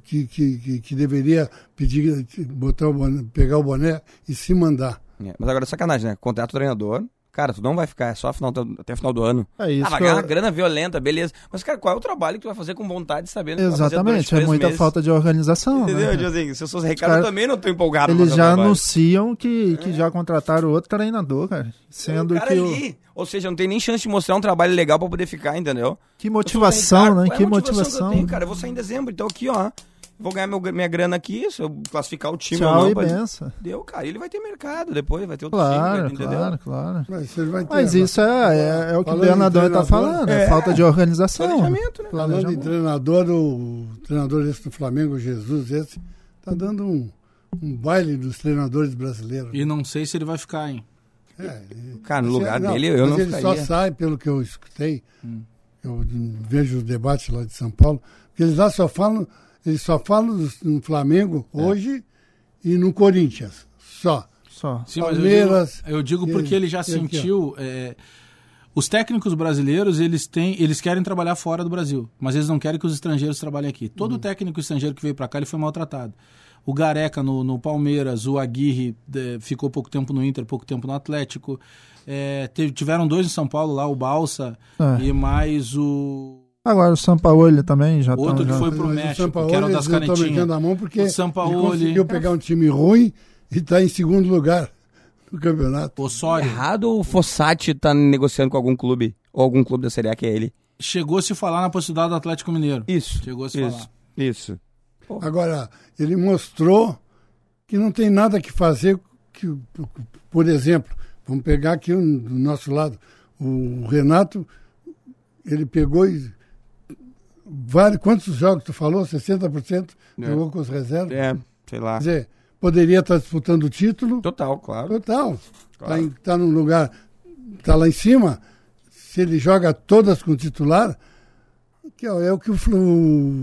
F: que, que, que, que deveria pedir, botar o boné, pegar o boné e se mandar.
H: É, Mas agora é sacanagem, né? Contrata o treinador. Cara, tu não vai ficar, é só a final do- até a final do ano.
G: É isso
H: Ah, vai
G: que
H: ganhar
G: eu-
H: uma grana violenta, beleza. Mas, cara, qual é o trabalho que tu vai fazer com vontade, sabendo que tu vai fazer durante
G: Exatamente, é
H: três
G: muita
H: meses?
G: falta de organização.
H: Entendeu?
G: né?
H: Tipo assim, se eu sou os
G: Os
H: recados, eu
G: caras-
H: também não tô empolgado. pra
G: Eles
H: fazer o
G: já
H: trabalho.
G: anunciam que, que já contrataram outro treinador, cara. Sendo
H: O É, um cara
G: que. o-
H: ali, Ou seja, não tem nem chance de mostrar um trabalho legal pra poder ficar, entendeu?
G: Que
H: Eu sou bem
G: motivação,
H: caro.
G: né?
H: Qual é
G: Que
H: a
G: motivação.
H: que eu tenho, cara, eu vou sair em dezembro, então aqui, ó. Vou ganhar meu- minha grana aqui, se eu classificar o time ou
G: Tchau
H: não.
G: e
H: pra-
G: benção.
H: Deu, cara. Ele vai ter mercado depois, vai ter outro time,
G: Claro,
H: entendeu?
G: claro, claro.
F: Mas, você vai ter- né?
G: Mas isso é, é, é o que o
F: Falando em
G: Bernadão está
F: treinador,
G: falando, é
H: é.
G: falta de organização.
H: Planejamento, né?
F: Falando em treinador, o treinador esse do Flamengo, o Jesus, esse, tá dando um, um baile dos treinadores brasileiros. né?
E: E não sei se ele vai ficar, hein?
F: É, ele-
H: Cara, no
F: Mas
H: lugar
F: é- não,
H: dele, eu
F: mas
H: não
F: ele só
H: ficaria.
F: sai, pelo que eu escutei, eu hum, vejo os debates lá de São Paulo, porque eles lá só falam, eles só falam dos- no Flamengo
E: É.
F: hoje e no Corinthians, só.
G: Só.
E: Sim, mas eu
F: Palmeiras,
E: digo- eu digo,
F: e-
E: porque ele já
F: e aqui,
E: sentiu. é, os técnicos brasileiros, eles têm, eles querem trabalhar fora do Brasil, mas eles não querem que os estrangeiros trabalhem aqui.
F: Uhum.
E: Todo técnico estrangeiro que veio para cá, ele foi maltratado. O Gareca no, no Palmeiras, o Aguirre eh, ficou pouco tempo no Inter, pouco tempo no Atlético. É, teve- tiveram dois em São Paulo lá, o Balsa
G: É.
E: e mais o
G: Agora o Sampaoli também já tá.
E: outro que
G: já...
E: foi pro
F: Mas o
E: México,
F: Sampaoli,
E: que era o
F: eles
E: das
F: não tão
E: canetinhas.
F: metendo a mão porque
E: o Sampaoli,
F: ele conseguiu pegar um time ruim e está em segundo lugar no campeonato.
E: o Osório.
H: Errado ou o Fossati tá negociando com algum clube? Ou algum clube da Série A que é ele?
E: Chegou a se falar na possibilidade do Atlético Mineiro.
H: Isso.
E: Chegou a se
H: isso,
E: falar.
H: Isso.
F: Agora, ele mostrou que não tem nada que fazer. Que, por exemplo, vamos pegar aqui um do nosso lado. O Renato, ele pegou e. Vários, quantos jogos tu falou? 60% jogou com os reservas.
H: É, sei lá.
F: Quer dizer, poderia estar disputando o título.
H: Total, claro.
F: Total. Está "Então, tá num lugar. Está lá em cima. Se ele joga todas com o titular, que ó, é o que o, Flu-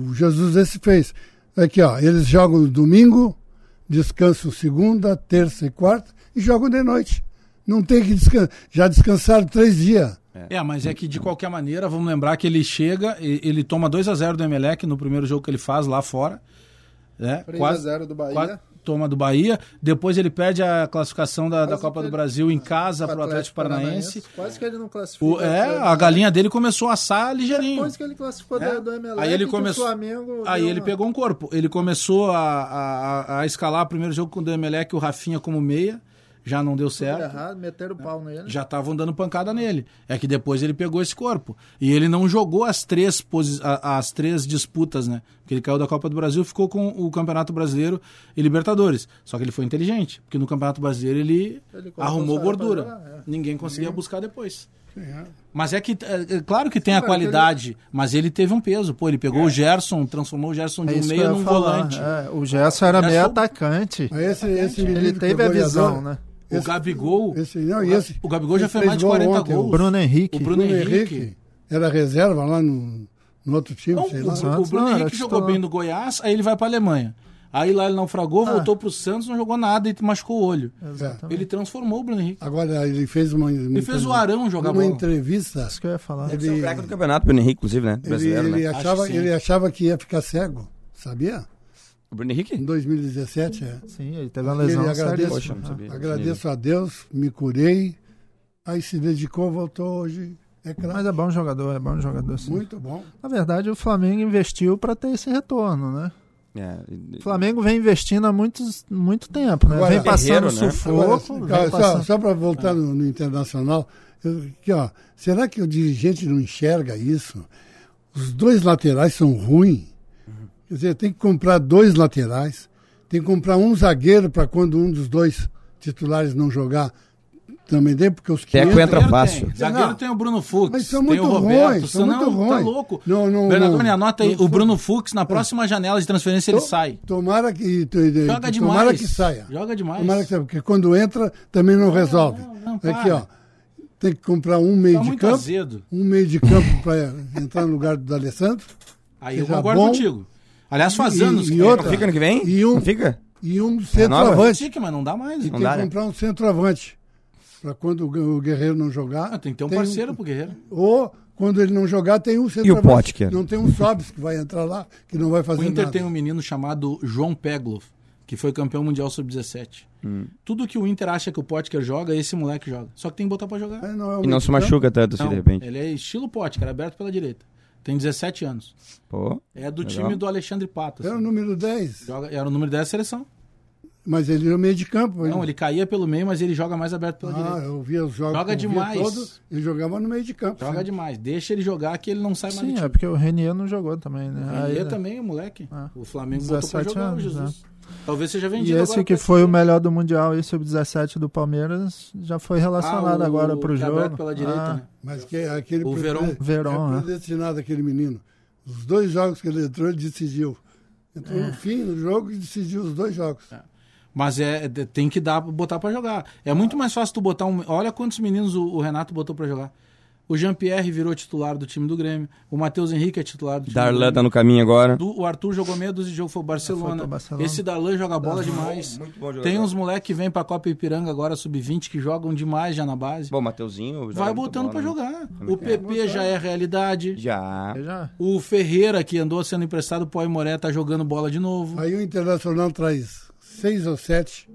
F: o Jesus esse fez. Aqui, ó, eles jogam domingo, descansam segunda, terça e quarta e jogam de noite. Não tem que descansar. Já descansaram três dias.
E: É, mas é que de qualquer maneira, vamos lembrar que ele chega, e- ele toma 2 a 0 do Emelec no primeiro jogo que ele faz lá fora. Né?
G: 3 a
E: Quase-
G: 0 do Bahia.
E: quase- toma do Bahia. Depois ele perde a classificação da, da Copa do Brasil em casa para o Atlético Paranaense.
G: Quase que é ele não classificou.
E: O- é, a galinha dele começou a assar ligeirinho.
G: Depois que ele classificou
E: É.
G: do, do Emelec,
E: Aí ele
G: que
E: começou-
G: o Flamengo
E: Aí
G: deu
E: ele
G: uma-
E: pegou um corpo. Ele começou a, a, a- a escalar o primeiro jogo com o Emelec, o Rafinha como meia. Já não deu certo.
G: errado, meteram o pau nele.
E: É. já estavam dando pancada nele. É que depois ele pegou esse corpo. E ele não jogou as três, posi- a- as três disputas, né? Porque ele caiu da Copa do Brasil, ficou com o Campeonato Brasileiro e Libertadores. Só que ele foi inteligente, porque no Campeonato Brasileiro ele,
G: Ele colocou
E: arrumou
G: os caras pra
E: gordura.
G: jogar, é.
E: Ninguém conseguia buscar depois. Mas é que, é, é claro que tem a qualidade, mas ele teve um peso. Pô, ele pegou o Gerson, transformou o Gerson de
G: É
E: um
G: isso que eu
E: meia
G: ia
E: num
G: falar,
E: volante.
G: é, o Gerson era meio
E: Gerson-
G: atacante.
F: Mas esse, esse
G: Ele
F: menino que
G: teve
F: foi
G: a visão,
F: goleador,
G: né?
E: O Gabigol.
F: Esse, não, e esse,
E: o Gabigol já
F: esse
E: fez mais de
F: fez gol
E: 40
F: ontem,
E: gols.
F: o
G: Bruno Henrique.
E: O Bruno Henrique.
F: era reserva lá no, no outro time,
E: Não,
F: sei
E: o,
F: lá.
E: Bru- o
G: Santos,
E: Bruno
G: não, era
E: Henrique jogou
G: titular.
E: bem no Goiás, aí ele vai pra Alemanha. Aí lá ele naufragou,
G: Ah.
E: voltou pro Santos, não jogou nada e machucou o olho.
G: Exatamente.
E: Ele transformou o Bruno Henrique.
F: É. Agora ele fez uma.
E: Ele fez o Arão jogar
F: uma
E: bola.
F: entrevista.
G: Isso que eu ia falar.
H: Esse é o craque do campeonato, Bruno Henrique, inclusive, né?
F: Ele,
H: Brasileiro,
F: ele
H: né?
E: Acho
F: achava,
E: que sim.
F: ele achava que ia ficar cego. sabia?
H: O Bruno Henrique?
F: Em 2017, é.
G: Sim, ele teve uma lesão
F: Ele
G: séria.
F: agradece.
H: Poxa, não sabia.
F: Agradeço a Deus, me curei. Aí se dedicou, voltou hoje. É
G: Mas
F: claro,
G: é bom jogador, é bom jogador sim.
F: muito bom.
G: Na verdade, o Flamengo investiu para ter esse retorno, né?
H: É,
G: O Flamengo vem investindo há muitos, muito tempo, né?
F: Agora,
G: vem passando
H: Guerreiro, né?
F: Agora, é
G: sufoco, vem
F: cara, só
G: passando-
F: só para voltar no, no internacional, eu- aqui, ó, será que o dirigente não enxerga isso? Os dois laterais são ruins. Quer dizer, tem que comprar dois laterais, tem que comprar um zagueiro para quando um dos dois titulares não jogar também dê, porque os que
H: Teco
F: entram-
H: entra fácil.
E: Tem. Zagueiro
F: Não.
E: tem o Bruno Fux.
F: Mas são
E: tem
F: muito
E: o Roberto.
F: ruins, são
E: senão
F: muito
E: tá
F: ruins.
E: louco.
F: Não, não,
E: Bernardoni,
F: não.
E: anota aí.
F: Não Ah.
E: o Bruno Fux, na próxima janela de transferência, ele
F: To-
E: sai.
F: Tomara que, to-
E: Joga demais.
F: tomara que saia.
E: Joga demais.
F: Tomara que saia, porque quando entra também não resolve.
E: não, não,
F: Aqui,
E: para.
F: ó. Tem que comprar um meio
E: Tá
F: de
E: muito
F: campo.
E: azedo.
F: Um meio de campo para entrar no lugar do Alessandro.
E: Aí eu
F: Seja
E: concordo
F: bom.
E: contigo. Aliás, faz
F: E-
E: anos
F: e
E: que é
F: outra-
H: Não fica ano que vem?
F: E um-
H: Não fica?
F: E um
E: Pode
F: centroavante.
E: ser que, mas não dá mais.
F: E
H: É Não
F: tem
H: dá,
F: que
H: né?
F: comprar um centroavante. Para quando o Gu- o Guerreiro não jogar.
E: Ah, tem que ter um parceiro pro Guerreiro.
F: Ou quando ele não jogar, tem um centroavante.
H: Potker?
F: Não tem um Sobs que vai entrar lá, que não vai fazer
E: O Inter
F: nada.
E: tem um menino chamado João Pegloff, que foi campeão mundial sub-17.
H: Hum.
E: Tudo que o Inter acha que o Potker joga, esse moleque joga. Só que tem que botar pra jogar.
F: É, não é o
H: E não se
F: meio de campo.
H: machuca tanto assim,
E: Não,
H: de repente.
E: Ele é estilo Potker, aberto pela direita. Tem 17 anos.
H: Pô.
E: É do
H: Legal.
E: time do Alexandre Patas.
F: É o número 10.
E: Joga, era o número 10 da seleção.
F: Mas ele é o meio de campo.
E: Não, ele caía pelo meio, mas ele joga mais aberto pela
F: Ah,
E: direita.
F: eu via os jogos.
E: Joga
F: eu via
E: demais.
F: todos, ele jogava no meio de campo.
E: Joga demais. Deixa ele jogar que ele não sai mais do
G: é. Sim,
E: time.
G: é porque o Renier não jogou também, né?
E: Aí,
G: Aí,
E: também, o moleque.
G: Ah.
E: O Flamengo botou pra
G: 17
E: jogar o
G: anos, né?
E: Jesus. Talvez seja
G: E
E: vendido
G: esse
E: agora
G: que
E: pra-
G: foi o melhor do Mundial aí, sub-17 do Palmeiras, já foi relacionado
E: Ah, o-
G: agora pro
E: que é
G: jogo.
E: Aberto pela direita,
G: Ah,
E: né?
F: Mas que, aquele
E: O
F: pre-
E: Verón.
F: é
G: Verón, é.
F: predestinado aquele menino. Os dois jogos que ele entrou, ele decidiu. Entrou
E: É.
F: no fim do jogo e decidiu os dois jogos.
E: Mas é, de- tem que dar, botar pra jogar. É muito mais fácil tu botar um. Olha quantos meninos o, o Renato botou pra jogar. O Jean-Pierre virou titular do time do Grêmio. O Matheus Henrique é titular do time
H: Darlan
E: do
H: tá
E: Grêmio.
H: no caminho agora.
E: Do- o Arthur jogou meia dúzia de jogo, foi o
G: Foi
E: Barcelona.
G: pro Barcelona.
E: Esse Darlan joga bola demais.
H: muito bom jogador.
E: Tem uns moleques que vêm pra Copa Ipiranga agora, sub-20, que jogam demais já na base.
H: Bom, Mateuzinho. joga
E: Vai
H: muito
E: botando
H: bola,
E: pra
H: né?
E: jogar. O PP já é realidade.
H: Já.
G: Já.
E: O Ferreira, que andou sendo emprestado pro Aimoré, tá jogando bola de novo.
F: Aí o Internacional traz seis ou sete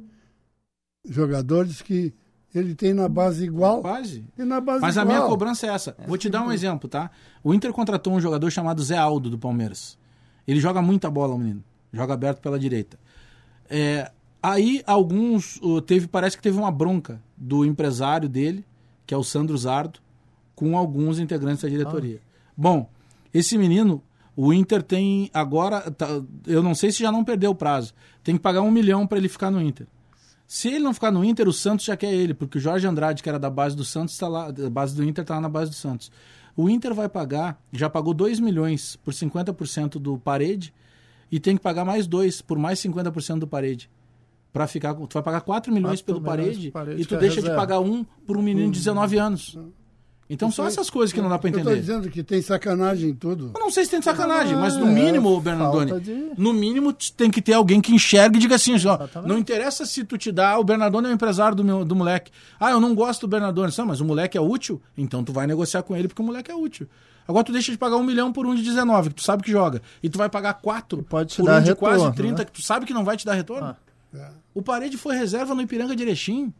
F: jogadores que ele tem na base igual.
E: Quase.
F: E na base
E: Mas a
F: igual.
E: minha cobrança é essa. Vou te dar um exemplo, tá? O Inter contratou um jogador chamado Zé Aldo do Palmeiras. Ele joga muita bola, menino. Joga aberto pela direita. É, aí alguns ô, teve, parece que teve uma bronca do empresário dele, que é o Sandro Zardo, com alguns integrantes da diretoria. Bom, esse menino, o Inter tem agora, tá- eu não sei se já não perdeu o prazo. Tem que pagar um milhão para ele ficar no Inter. Se ele não ficar no Inter, o Santos já quer ele, porque o Jorge Andrade, que era da base do Santos, tá lá, da base do Inter, está lá na base do Santos. O Inter vai pagar, já pagou 2 milhões por 50% do parede e tem que pagar mais 2 por mais 50% do parede. Pra ficar, com- tu vai pagar 4 milhões
G: Quatro
E: pelo
G: milhões
E: parede,
G: pro Parede,
E: e tu
G: que é
E: deixa de
G: reserva. um
E: pagar um por um menino de 19 anos. Então são essas coisas que não dá pra
F: Eu estou
E: entender.
F: dizendo que tem sacanagem em tudo.
E: Eu não sei se tem de sacanagem, mas no
G: é,
E: mínimo, ô
G: falta
E: Bernardoni,
G: de-
E: no mínimo t- tem que ter alguém que enxergue e diga assim, ó,
G: Exatamente.
E: não interessa se tu te dá, o Bernardoni é o empresário do, meu, do moleque. Ah, eu não gosto do Bernardoni, Sabe, mas o moleque é útil, então tu vai negociar com ele porque o moleque é útil. Agora tu deixa de pagar um milhão por um de 19, que tu sabe que joga, e tu vai pagar quatro
G: pode te
E: por
G: dar
E: um de
G: retorno,
E: quase 30,
G: né?
E: que tu sabe que não vai te dar retorno.
G: Ah.
E: O Parede foi reserva no Ipiranga de Erechim.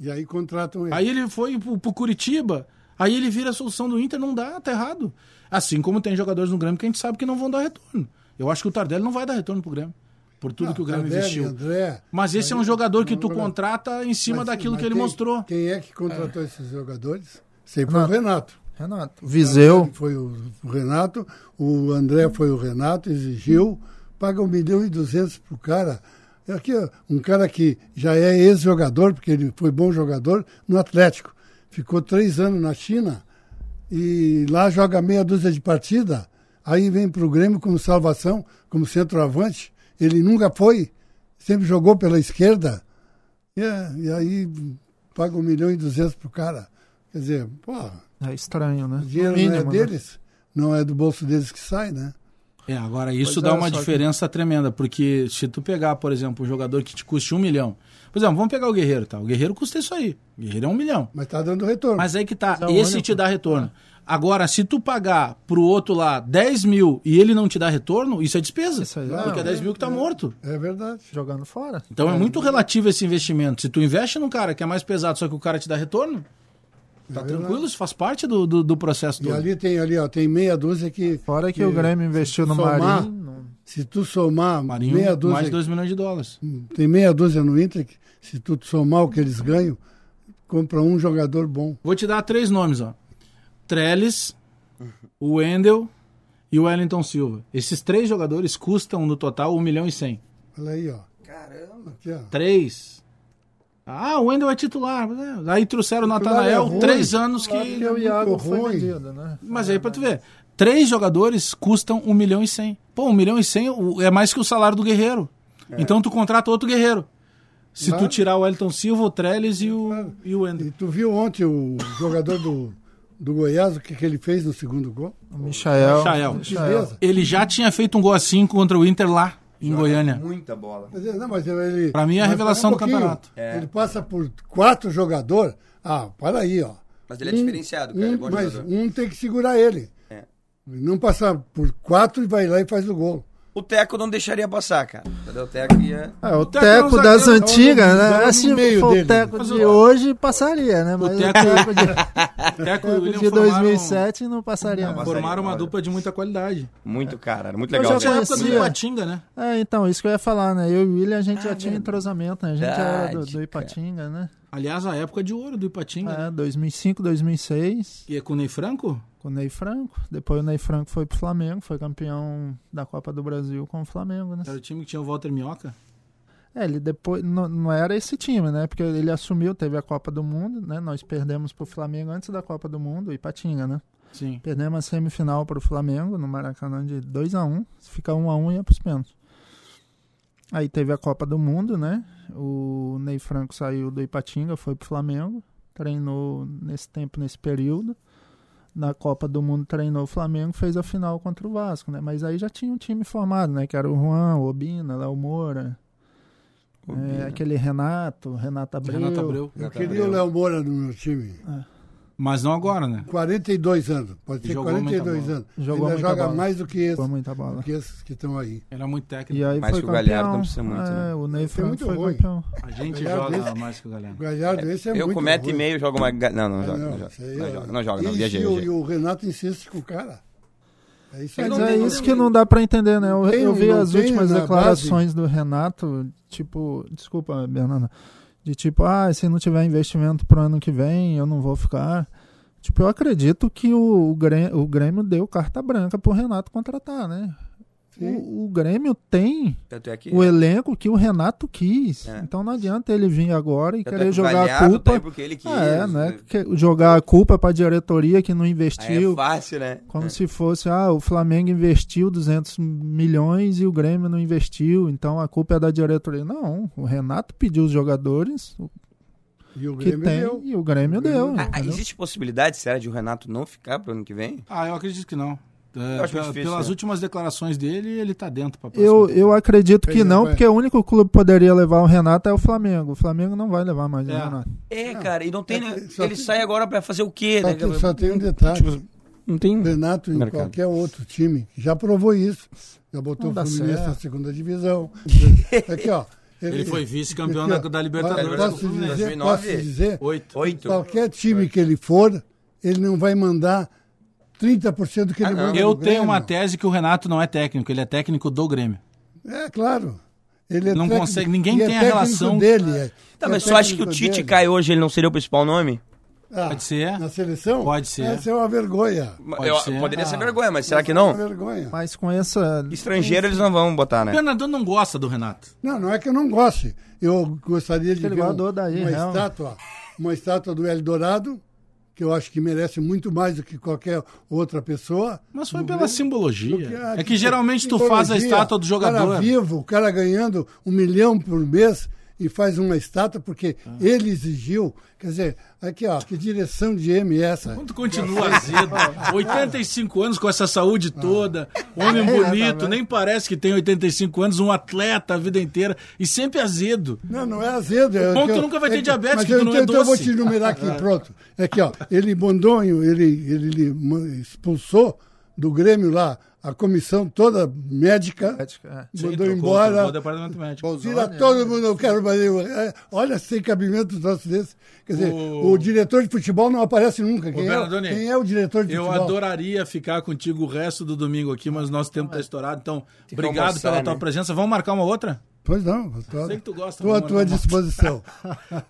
F: E aí contratam ele.
E: Aí ele foi pro, pro Curitiba, aí ele vira a solução do Inter, não dá, tá errado. Assim como tem jogadores no Grêmio que a gente sabe que não vão dar retorno. Eu acho que o Tardelli não vai dar retorno pro Grêmio, por tudo
F: Não,
E: que o Grêmio
F: Tardelli,
E: investiu.
F: André,
E: Mas esse é um
F: aí-
E: jogador que
F: não,
E: tu
F: jogador.
E: contrata em cima
F: Mas-
E: daquilo
F: mas
E: que ele
F: quem-
E: mostrou.
F: Quem é que contratou esses jogadores? Sempre foi o
G: Renato.
F: Renato.
G: Renato. Viseu.
F: Foi o o Renato, o André foi o Renato, exigiu, paga 1 milhão e 200 pro cara. É Aqui, ó, um cara que já é ex-jogador, porque ele foi bom jogador no Atlético. Ficou três anos na China e lá joga meia dúzia de partida. Aí vem pro Grêmio como salvação, como centroavante. Ele nunca foi, sempre jogou pela esquerda. E, é, e aí paga 1 milhão e 200 pro cara. Quer dizer, porra.
G: É estranho, né?
F: O dinheiro
G: No mínimo,
F: não é
G: né?
F: deles, não é do bolso deles que sai, né?
E: É, agora isso
G: Pois
E: dá
G: é,
E: uma
G: só que-
E: diferença tremenda, porque se tu pegar, por exemplo, um jogador que te custe um milhão. Por exemplo, vamos pegar o Guerreiro, tá? O Guerreiro custa isso aí. O Guerreiro é um milhão.
F: Mas tá dando retorno.
E: Mas aí que tá,
G: Mas é o
E: esse
G: único.
E: te dá retorno. Agora, se tu pagar pro outro lá 10 mil e ele não te dá retorno, isso é despesa.
G: Isso aí,
E: Porque é 10 mil que tá morto.
F: É verdade.
G: Jogando fora.
E: Então é muito relativo esse investimento. Se tu investe num cara que é mais pesado, só que o cara te dá retorno, tá tranquilo, isso faz parte do, do, do processo
F: E
E: todo.
F: ali tem ali, ó, tem meia dúzia que.
G: Fora que, o Grêmio investiu no
F: somar,
G: Marinho.
F: Se tu somar
E: Marinho,
F: meia dúzia.
E: mais 2 milhões de dólares.
F: Tem meia dúzia no Inter, que se tu somar o que eles ganham, compra um jogador bom.
E: Vou te dar três nomes, ó. Trellis, o Wendel e o Wellington Silva. Esses três jogadores custam no total 1 milhão e 100.
F: Olha aí, ó. Caramba. Aqui, ó.
E: Três. Ah, o Wendel é titular. né? Aí trouxeram o
F: Titular é
E: Natanael,
F: ruim.
E: três anos
G: Porque
E: que...
G: o Iago
F: muito
G: foi
F: ruim.
G: vendido, né?
E: Mas aí pra
F: Ah,
E: tu ver, três jogadores custam 1 milhão e 100. Pô, 1 milhão e 100 o- é mais que o salário do guerreiro. Então tu contrata outro guerreiro. Se
F: É. Claro.
E: tu tirar o Elton Silva, o Trellis e o, e o Wendel.
F: E tu viu ontem o jogador do, do Goiás, o que, que ele fez no segundo gol?
G: O Michael.
E: Michael.
F: Beleza.
E: Ele já tinha feito um gol a 5 contra o Inter lá, em Goiânia.
H: Muita bola.
F: Mas ele- Não, mas ele,
E: Pra mim, é a
F: mas
E: revelação
F: para um
E: do
F: pouquinho,
E: campeonato.
H: É.
F: Ele passa por quatro jogadores. Ah, para aí, ó.
H: Mas ele é diferenciado, cara.
F: Um-
H: ele é bom
F: mas
H: jogador.
F: um tem que segurar ele.
H: É.
F: Não passar por quatro e vai lá e faz o gol.
H: O Teco não deixaria passar, cara. Cadê o Teco ia.
G: É, o
E: Teco é um
G: Teco das
E: zagueiro,
F: é
G: antigas,
F: um zagueiro
G: né?
F: no
G: Se
F: meio
G: for
F: dele.
G: o Teco
E: Mas
G: de
E: o-
G: hoje, passaria, né? Mas o
E: Teco-
G: Teco de-
E: Até que o
G: Teco
E: William
G: de
E: formaram-
G: 2007 não passaria né? mais.
H: passaria.
E: Formaram uma
H: Olha.
E: dupla de muita qualidade.
H: Muito, cara. Era muito
G: Mas
H: legal.
G: eu
H: ver.
E: Tinha a época do
F: assim,
G: conhecia.
E: Ipatinga, né?
G: É, então, isso que eu ia falar, né? Eu e o William, a gente já tinha entrosamento, né? A gente era do,
H: Verdade,
G: do Ipatinga, né?
E: Aliás, a época de ouro do Ipatinga. né?
G: É, 2005, 2006,
E: E é com o Ney Franco?
G: com o Ney Franco. Depois o Ney Franco foi pro Flamengo, foi campeão da Copa do Brasil com o Flamengo, né?
E: Era o time que tinha o Walter Minhoca.
G: É, ele depois. Não, não era esse time, né? Porque ele assumiu, teve a Copa do Mundo, né? Nós perdemos pro Flamengo antes da Copa do Mundo, o Ipatinga, né?
E: Sim.
G: Perdemos a semifinal para o Flamengo no Maracanã de 2 a 1 Se ficar 1 a 1 ia para os pênaltis. Aí teve a Copa do Mundo, né? O Ney Franco saiu do Ipatinga, foi para o Flamengo. Treinou nesse tempo, nesse período. Na Copa do Mundo treinou o Flamengo, fez a final contra o Vasco, né? Mas aí já tinha um time formado, né? Que era o Juan, o Obina, Léo Moura. é, aquele Renato, Renato Abreu.
E: Renato Abreu.
F: Eu queria o Léo Moura no meu time.
E: Mas não agora, né?
F: 42 anos. Pode ter
E: Jogou muita
F: 42
E: bola.
F: anos.
G: Jogou
F: Ainda
G: muita
F: joga
G: bola.
F: mais do que, esse,
G: Jogou muita bola.
F: do que esses que estão aí.
E: Era é muito
G: E
E: técnico.
G: aí
H: Mais
G: foi
H: que o
G: campeão.
H: Galhardo não precisa muito,
G: É,
H: né?
G: O Ney Franco
F: muito
G: foi
F: ruim.
G: campeão.
E: A gente
F: Melhor
E: joga
F: desse-
E: mais que o Galera.
F: O Galhardo, esse é
H: eu
F: muito
H: com metro e
F: ruim.
H: meio jogo uma. ga- Não, não, não
F: Ah,
H: joga. Não,
F: isso aí,
H: joga, não
F: ó.
H: joga. Não joga, não.
F: E
H: Viajei,
F: se o-
H: viajei.
F: E o Renato insiste com o cara. É isso aí.
G: Mas é isso que não dá pra entender, né? Eu,
F: Tem-
G: eu vi
F: não
G: as
F: tem
G: últimas
F: na
G: declarações do Renato, tipo, desculpa, Bernardo, de tipo, ah, se não tiver investimento pro ano que vem, eu não vou ficar. Tipo, eu acredito que o, o, Grêmio, o Grêmio deu carta branca pro Renato contratar, né?
F: Sim.
G: O, o Grêmio tem
H: Tanto é que.
G: o elenco que o Renato quis.
H: É.
G: Então não adianta ele vir agora e
H: tanto é que
G: querer
H: o
G: jogar a
H: Galhardo tá
G: culpa.
H: aí porque ele quis.
G: Ah, é, né? Que- Jogar a culpa pra diretoria que não
H: Aí
G: investiu.
H: é fácil, né?
G: Como se fosse, ah, o Flamengo investiu 200 milhões e o Grêmio não investiu, então a culpa é da diretoria. Não, o Renato pediu os jogadores o
H: né?
F: E o
G: que
F: Grêmio
G: tem
F: deu.
G: e o Grêmio deu.
H: Ah, ah,
G: entendeu?
H: existe possibilidade, será, de o Renato não ficar pro ano que vem?
E: Ah, eu acredito que não. É,
H: Eu acho
E: pela-
H: muito difícil,
E: pelas
H: né?
E: últimas declarações dele, ele tá dentro pra próxima
G: Eu, eu acredito
F: Pois
G: que
F: é,
G: não,
F: vai.
G: porque o único clube que poderia levar o Renato é o Flamengo. O Flamengo não vai levar mais
E: É.
G: o Renato.
H: É, cara, e não tem. né?
F: só
H: Ele
F: tem-
H: sai agora pra fazer o quê,
F: Só
H: né?
F: tem, só tem um detalhe.
H: Não tem.
F: O Renato em
H: Mercado.
F: qualquer outro time já provou isso. Já botou
G: Não
F: o
G: dá
F: Fluminense
G: certo.
F: na segunda divisão. Aqui, ó.
E: Ele foi vice-campeão
F: aqui,
E: da,
F: ó,
E: da Libertadores.
F: posso
E: com o Fluminense.
F: dizer-
H: 2009?
F: Posso dizer,
E: Oito.
H: Oito.
F: qualquer time que ele for, ele não vai mandar 30% do que ele
H: não.
F: manda.
E: Ah, Eu
F: no
E: tenho
F: Grêmio.
E: uma tese que o Renato não é técnico, ele é técnico do Grêmio.
F: É, claro. Ele é
E: Não
F: técnico-
E: consegue, ninguém
F: e é
E: tem a
F: técnico
E: relação-
F: Dele, é,
H: Tá,
F: é
H: mas só acha que o
F: técnico
H: Tite
F: dele.
H: cai hoje, ele não seria o principal nome?
F: Ah,
E: Pode ser.
F: Na seleção?
E: Pode ser.
F: Essa é uma vergonha.
E: Pode
H: Eu-
E: ser.
H: Poderia ser
F: Ah,
H: vergonha, mas será que
F: É
H: não?
F: uma vergonha.
G: Mas com essa.
H: Estrangeiro eles não vão botar,
E: O
H: né?
E: Bernardo não gosta do Renato.
F: Não, não é que eu não goste. Eu gostaria de
G: Aquele
F: ver um-
G: guardou daí,
F: uma
G: real.
F: estátua, uma estátua do Eldorado, que eu acho que merece muito mais do que qualquer outra pessoa.
E: Mas foi pela simbologia.
F: Ah,
E: É que É geralmente tu faz a
F: simbologia.
E: estátua do
F: O cara
E: jogador.
F: vivo, o cara ganhando um milhão por mês e faz uma estátua, porque
E: Ah.
F: ele exigiu. Quer dizer, aqui, ó, que direção de M é essa?
E: Quando continua azedo, 85 anos com essa saúde
G: Ah.
E: toda,
G: É,
E: homem bonito, nem parece que tem 85 anos, um atleta a vida inteira e sempre azedo.
F: Não, não é azedo. É
E: Bom,
F: que
E: tu
F: eu-
E: nunca vai
F: é
E: ter
F: que-
E: diabetes,
F: mas
E: que
F: eu,
E: tu não é
F: então, eu vou
E: doce.
F: te enumerar aqui, pronto. É aqui, ó. Ele, Bondonho, ele, ele, lhe ma- expulsou do Grêmio lá a comissão toda médica.
G: Médica, é.
E: Sim,
F: Mandou
E: trocou, trocou o né?
F: embora.
E: departamento médico.
F: Tira todo mundo, eu quero fazer. é, Olha, sem cabimento um troço desse. Quer dizer,
E: O-
F: o, diretor de futebol não aparece nunca. Quem, é,
E: Bernardoni,
F: quem é o diretor de
E: Eu
F: futebol?
E: adoraria ficar contigo o resto do domingo aqui, mas nosso tempo está estourado. Então, obrigado
H: almoçar,
E: pela tua
H: né?
E: presença. Vamos marcar uma outra?
F: Pois não, tô,
E: Sei que tu gosta,
F: tô à
E: vamos
F: tua
E: arrumar.
F: disposição.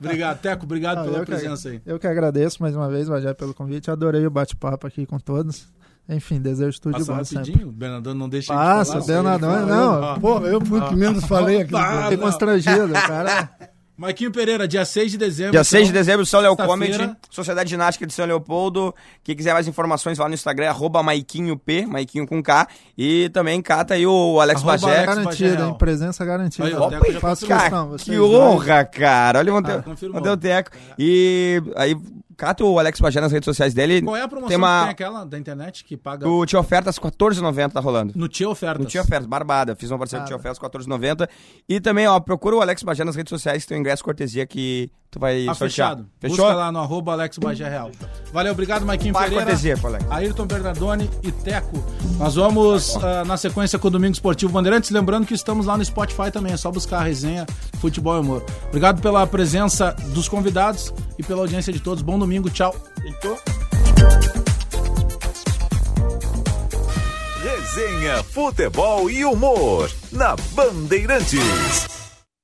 E: Obrigado, Teco. Obrigado
G: Ah,
E: pela
G: eu que-
E: presença aí.
G: Eu que agradeço mais uma vez, Bajé, pelo convite. Adorei o bate-papo aqui com todos. Enfim, desejo tudo de
E: Passa
G: bom sempre.
E: rapidinho, o Bernardão não deixa
G: Passa,
E: de falar.
G: Bernardão, não.
F: Pô, eu fui o que menos falei aqui. no
E: Ah,
F: programa.
G: Fiquei
E: não.
G: constrangido, cara.
E: Marquinho Pereira, dia 6 de dezembro.
H: Dia 6 de
E: então.
H: dezembro, São Léo Comedy,
E: Sexta-feira.
H: Sociedade Ginástica de São Leopoldo. Quem quiser mais informações, vai lá no Instagram, arroba MaiquinhoP, Maiquinho com K. E também cata aí o Alex
E: Arroba
H: Bagé.
E: Alex-
G: Garantido,
E: Bagé,
G: hein? Presença garantida.
E: Aí, ó,
H: Opa,
E: Teco já
G: Faço
E: confirmou.
G: questão,
H: cara,
G: vocês
H: que
G: dois.
H: honra, cara. Olha, mandei,
E: Ah, confirmou.
H: mandei o um Teco. E aí, cata o Alex Bagé nas redes sociais dele.
E: Qual é a promoção
H: Tem uma...
E: que tem aquela da internet que paga
H: Do Te Ofertas, 14,90 tá rolando.
E: no Tia Ofertas?
H: No Tia Ofertas, barbada. Fiz uma parceria com o Tia Ofertas, 14,90. E também, ó, procura o Alex Bagé nas redes sociais, que tem um ingresso cortesia que tu vai
E: Tá
H: sortear.
E: fechado.
H: Fechou?
E: Busca lá no arroba Alex Bagé Real. Valeu, obrigado, Marquinho
H: Paga
E: Pereira.
H: cortesia, colega.
E: Ayrton Bernardoni e Teco. Nós
H: Tá
E: vamos ah, na sequência com o Domingo Esportivo Bandeirantes. Lembrando que estamos lá no Spotify também. É só buscar a resenha Futebol e Humor. Obrigado pela presença dos convidados e pela audiência de todos. Bom domingo. Tchau.
C: Resenha, futebol e humor na Bandeirantes.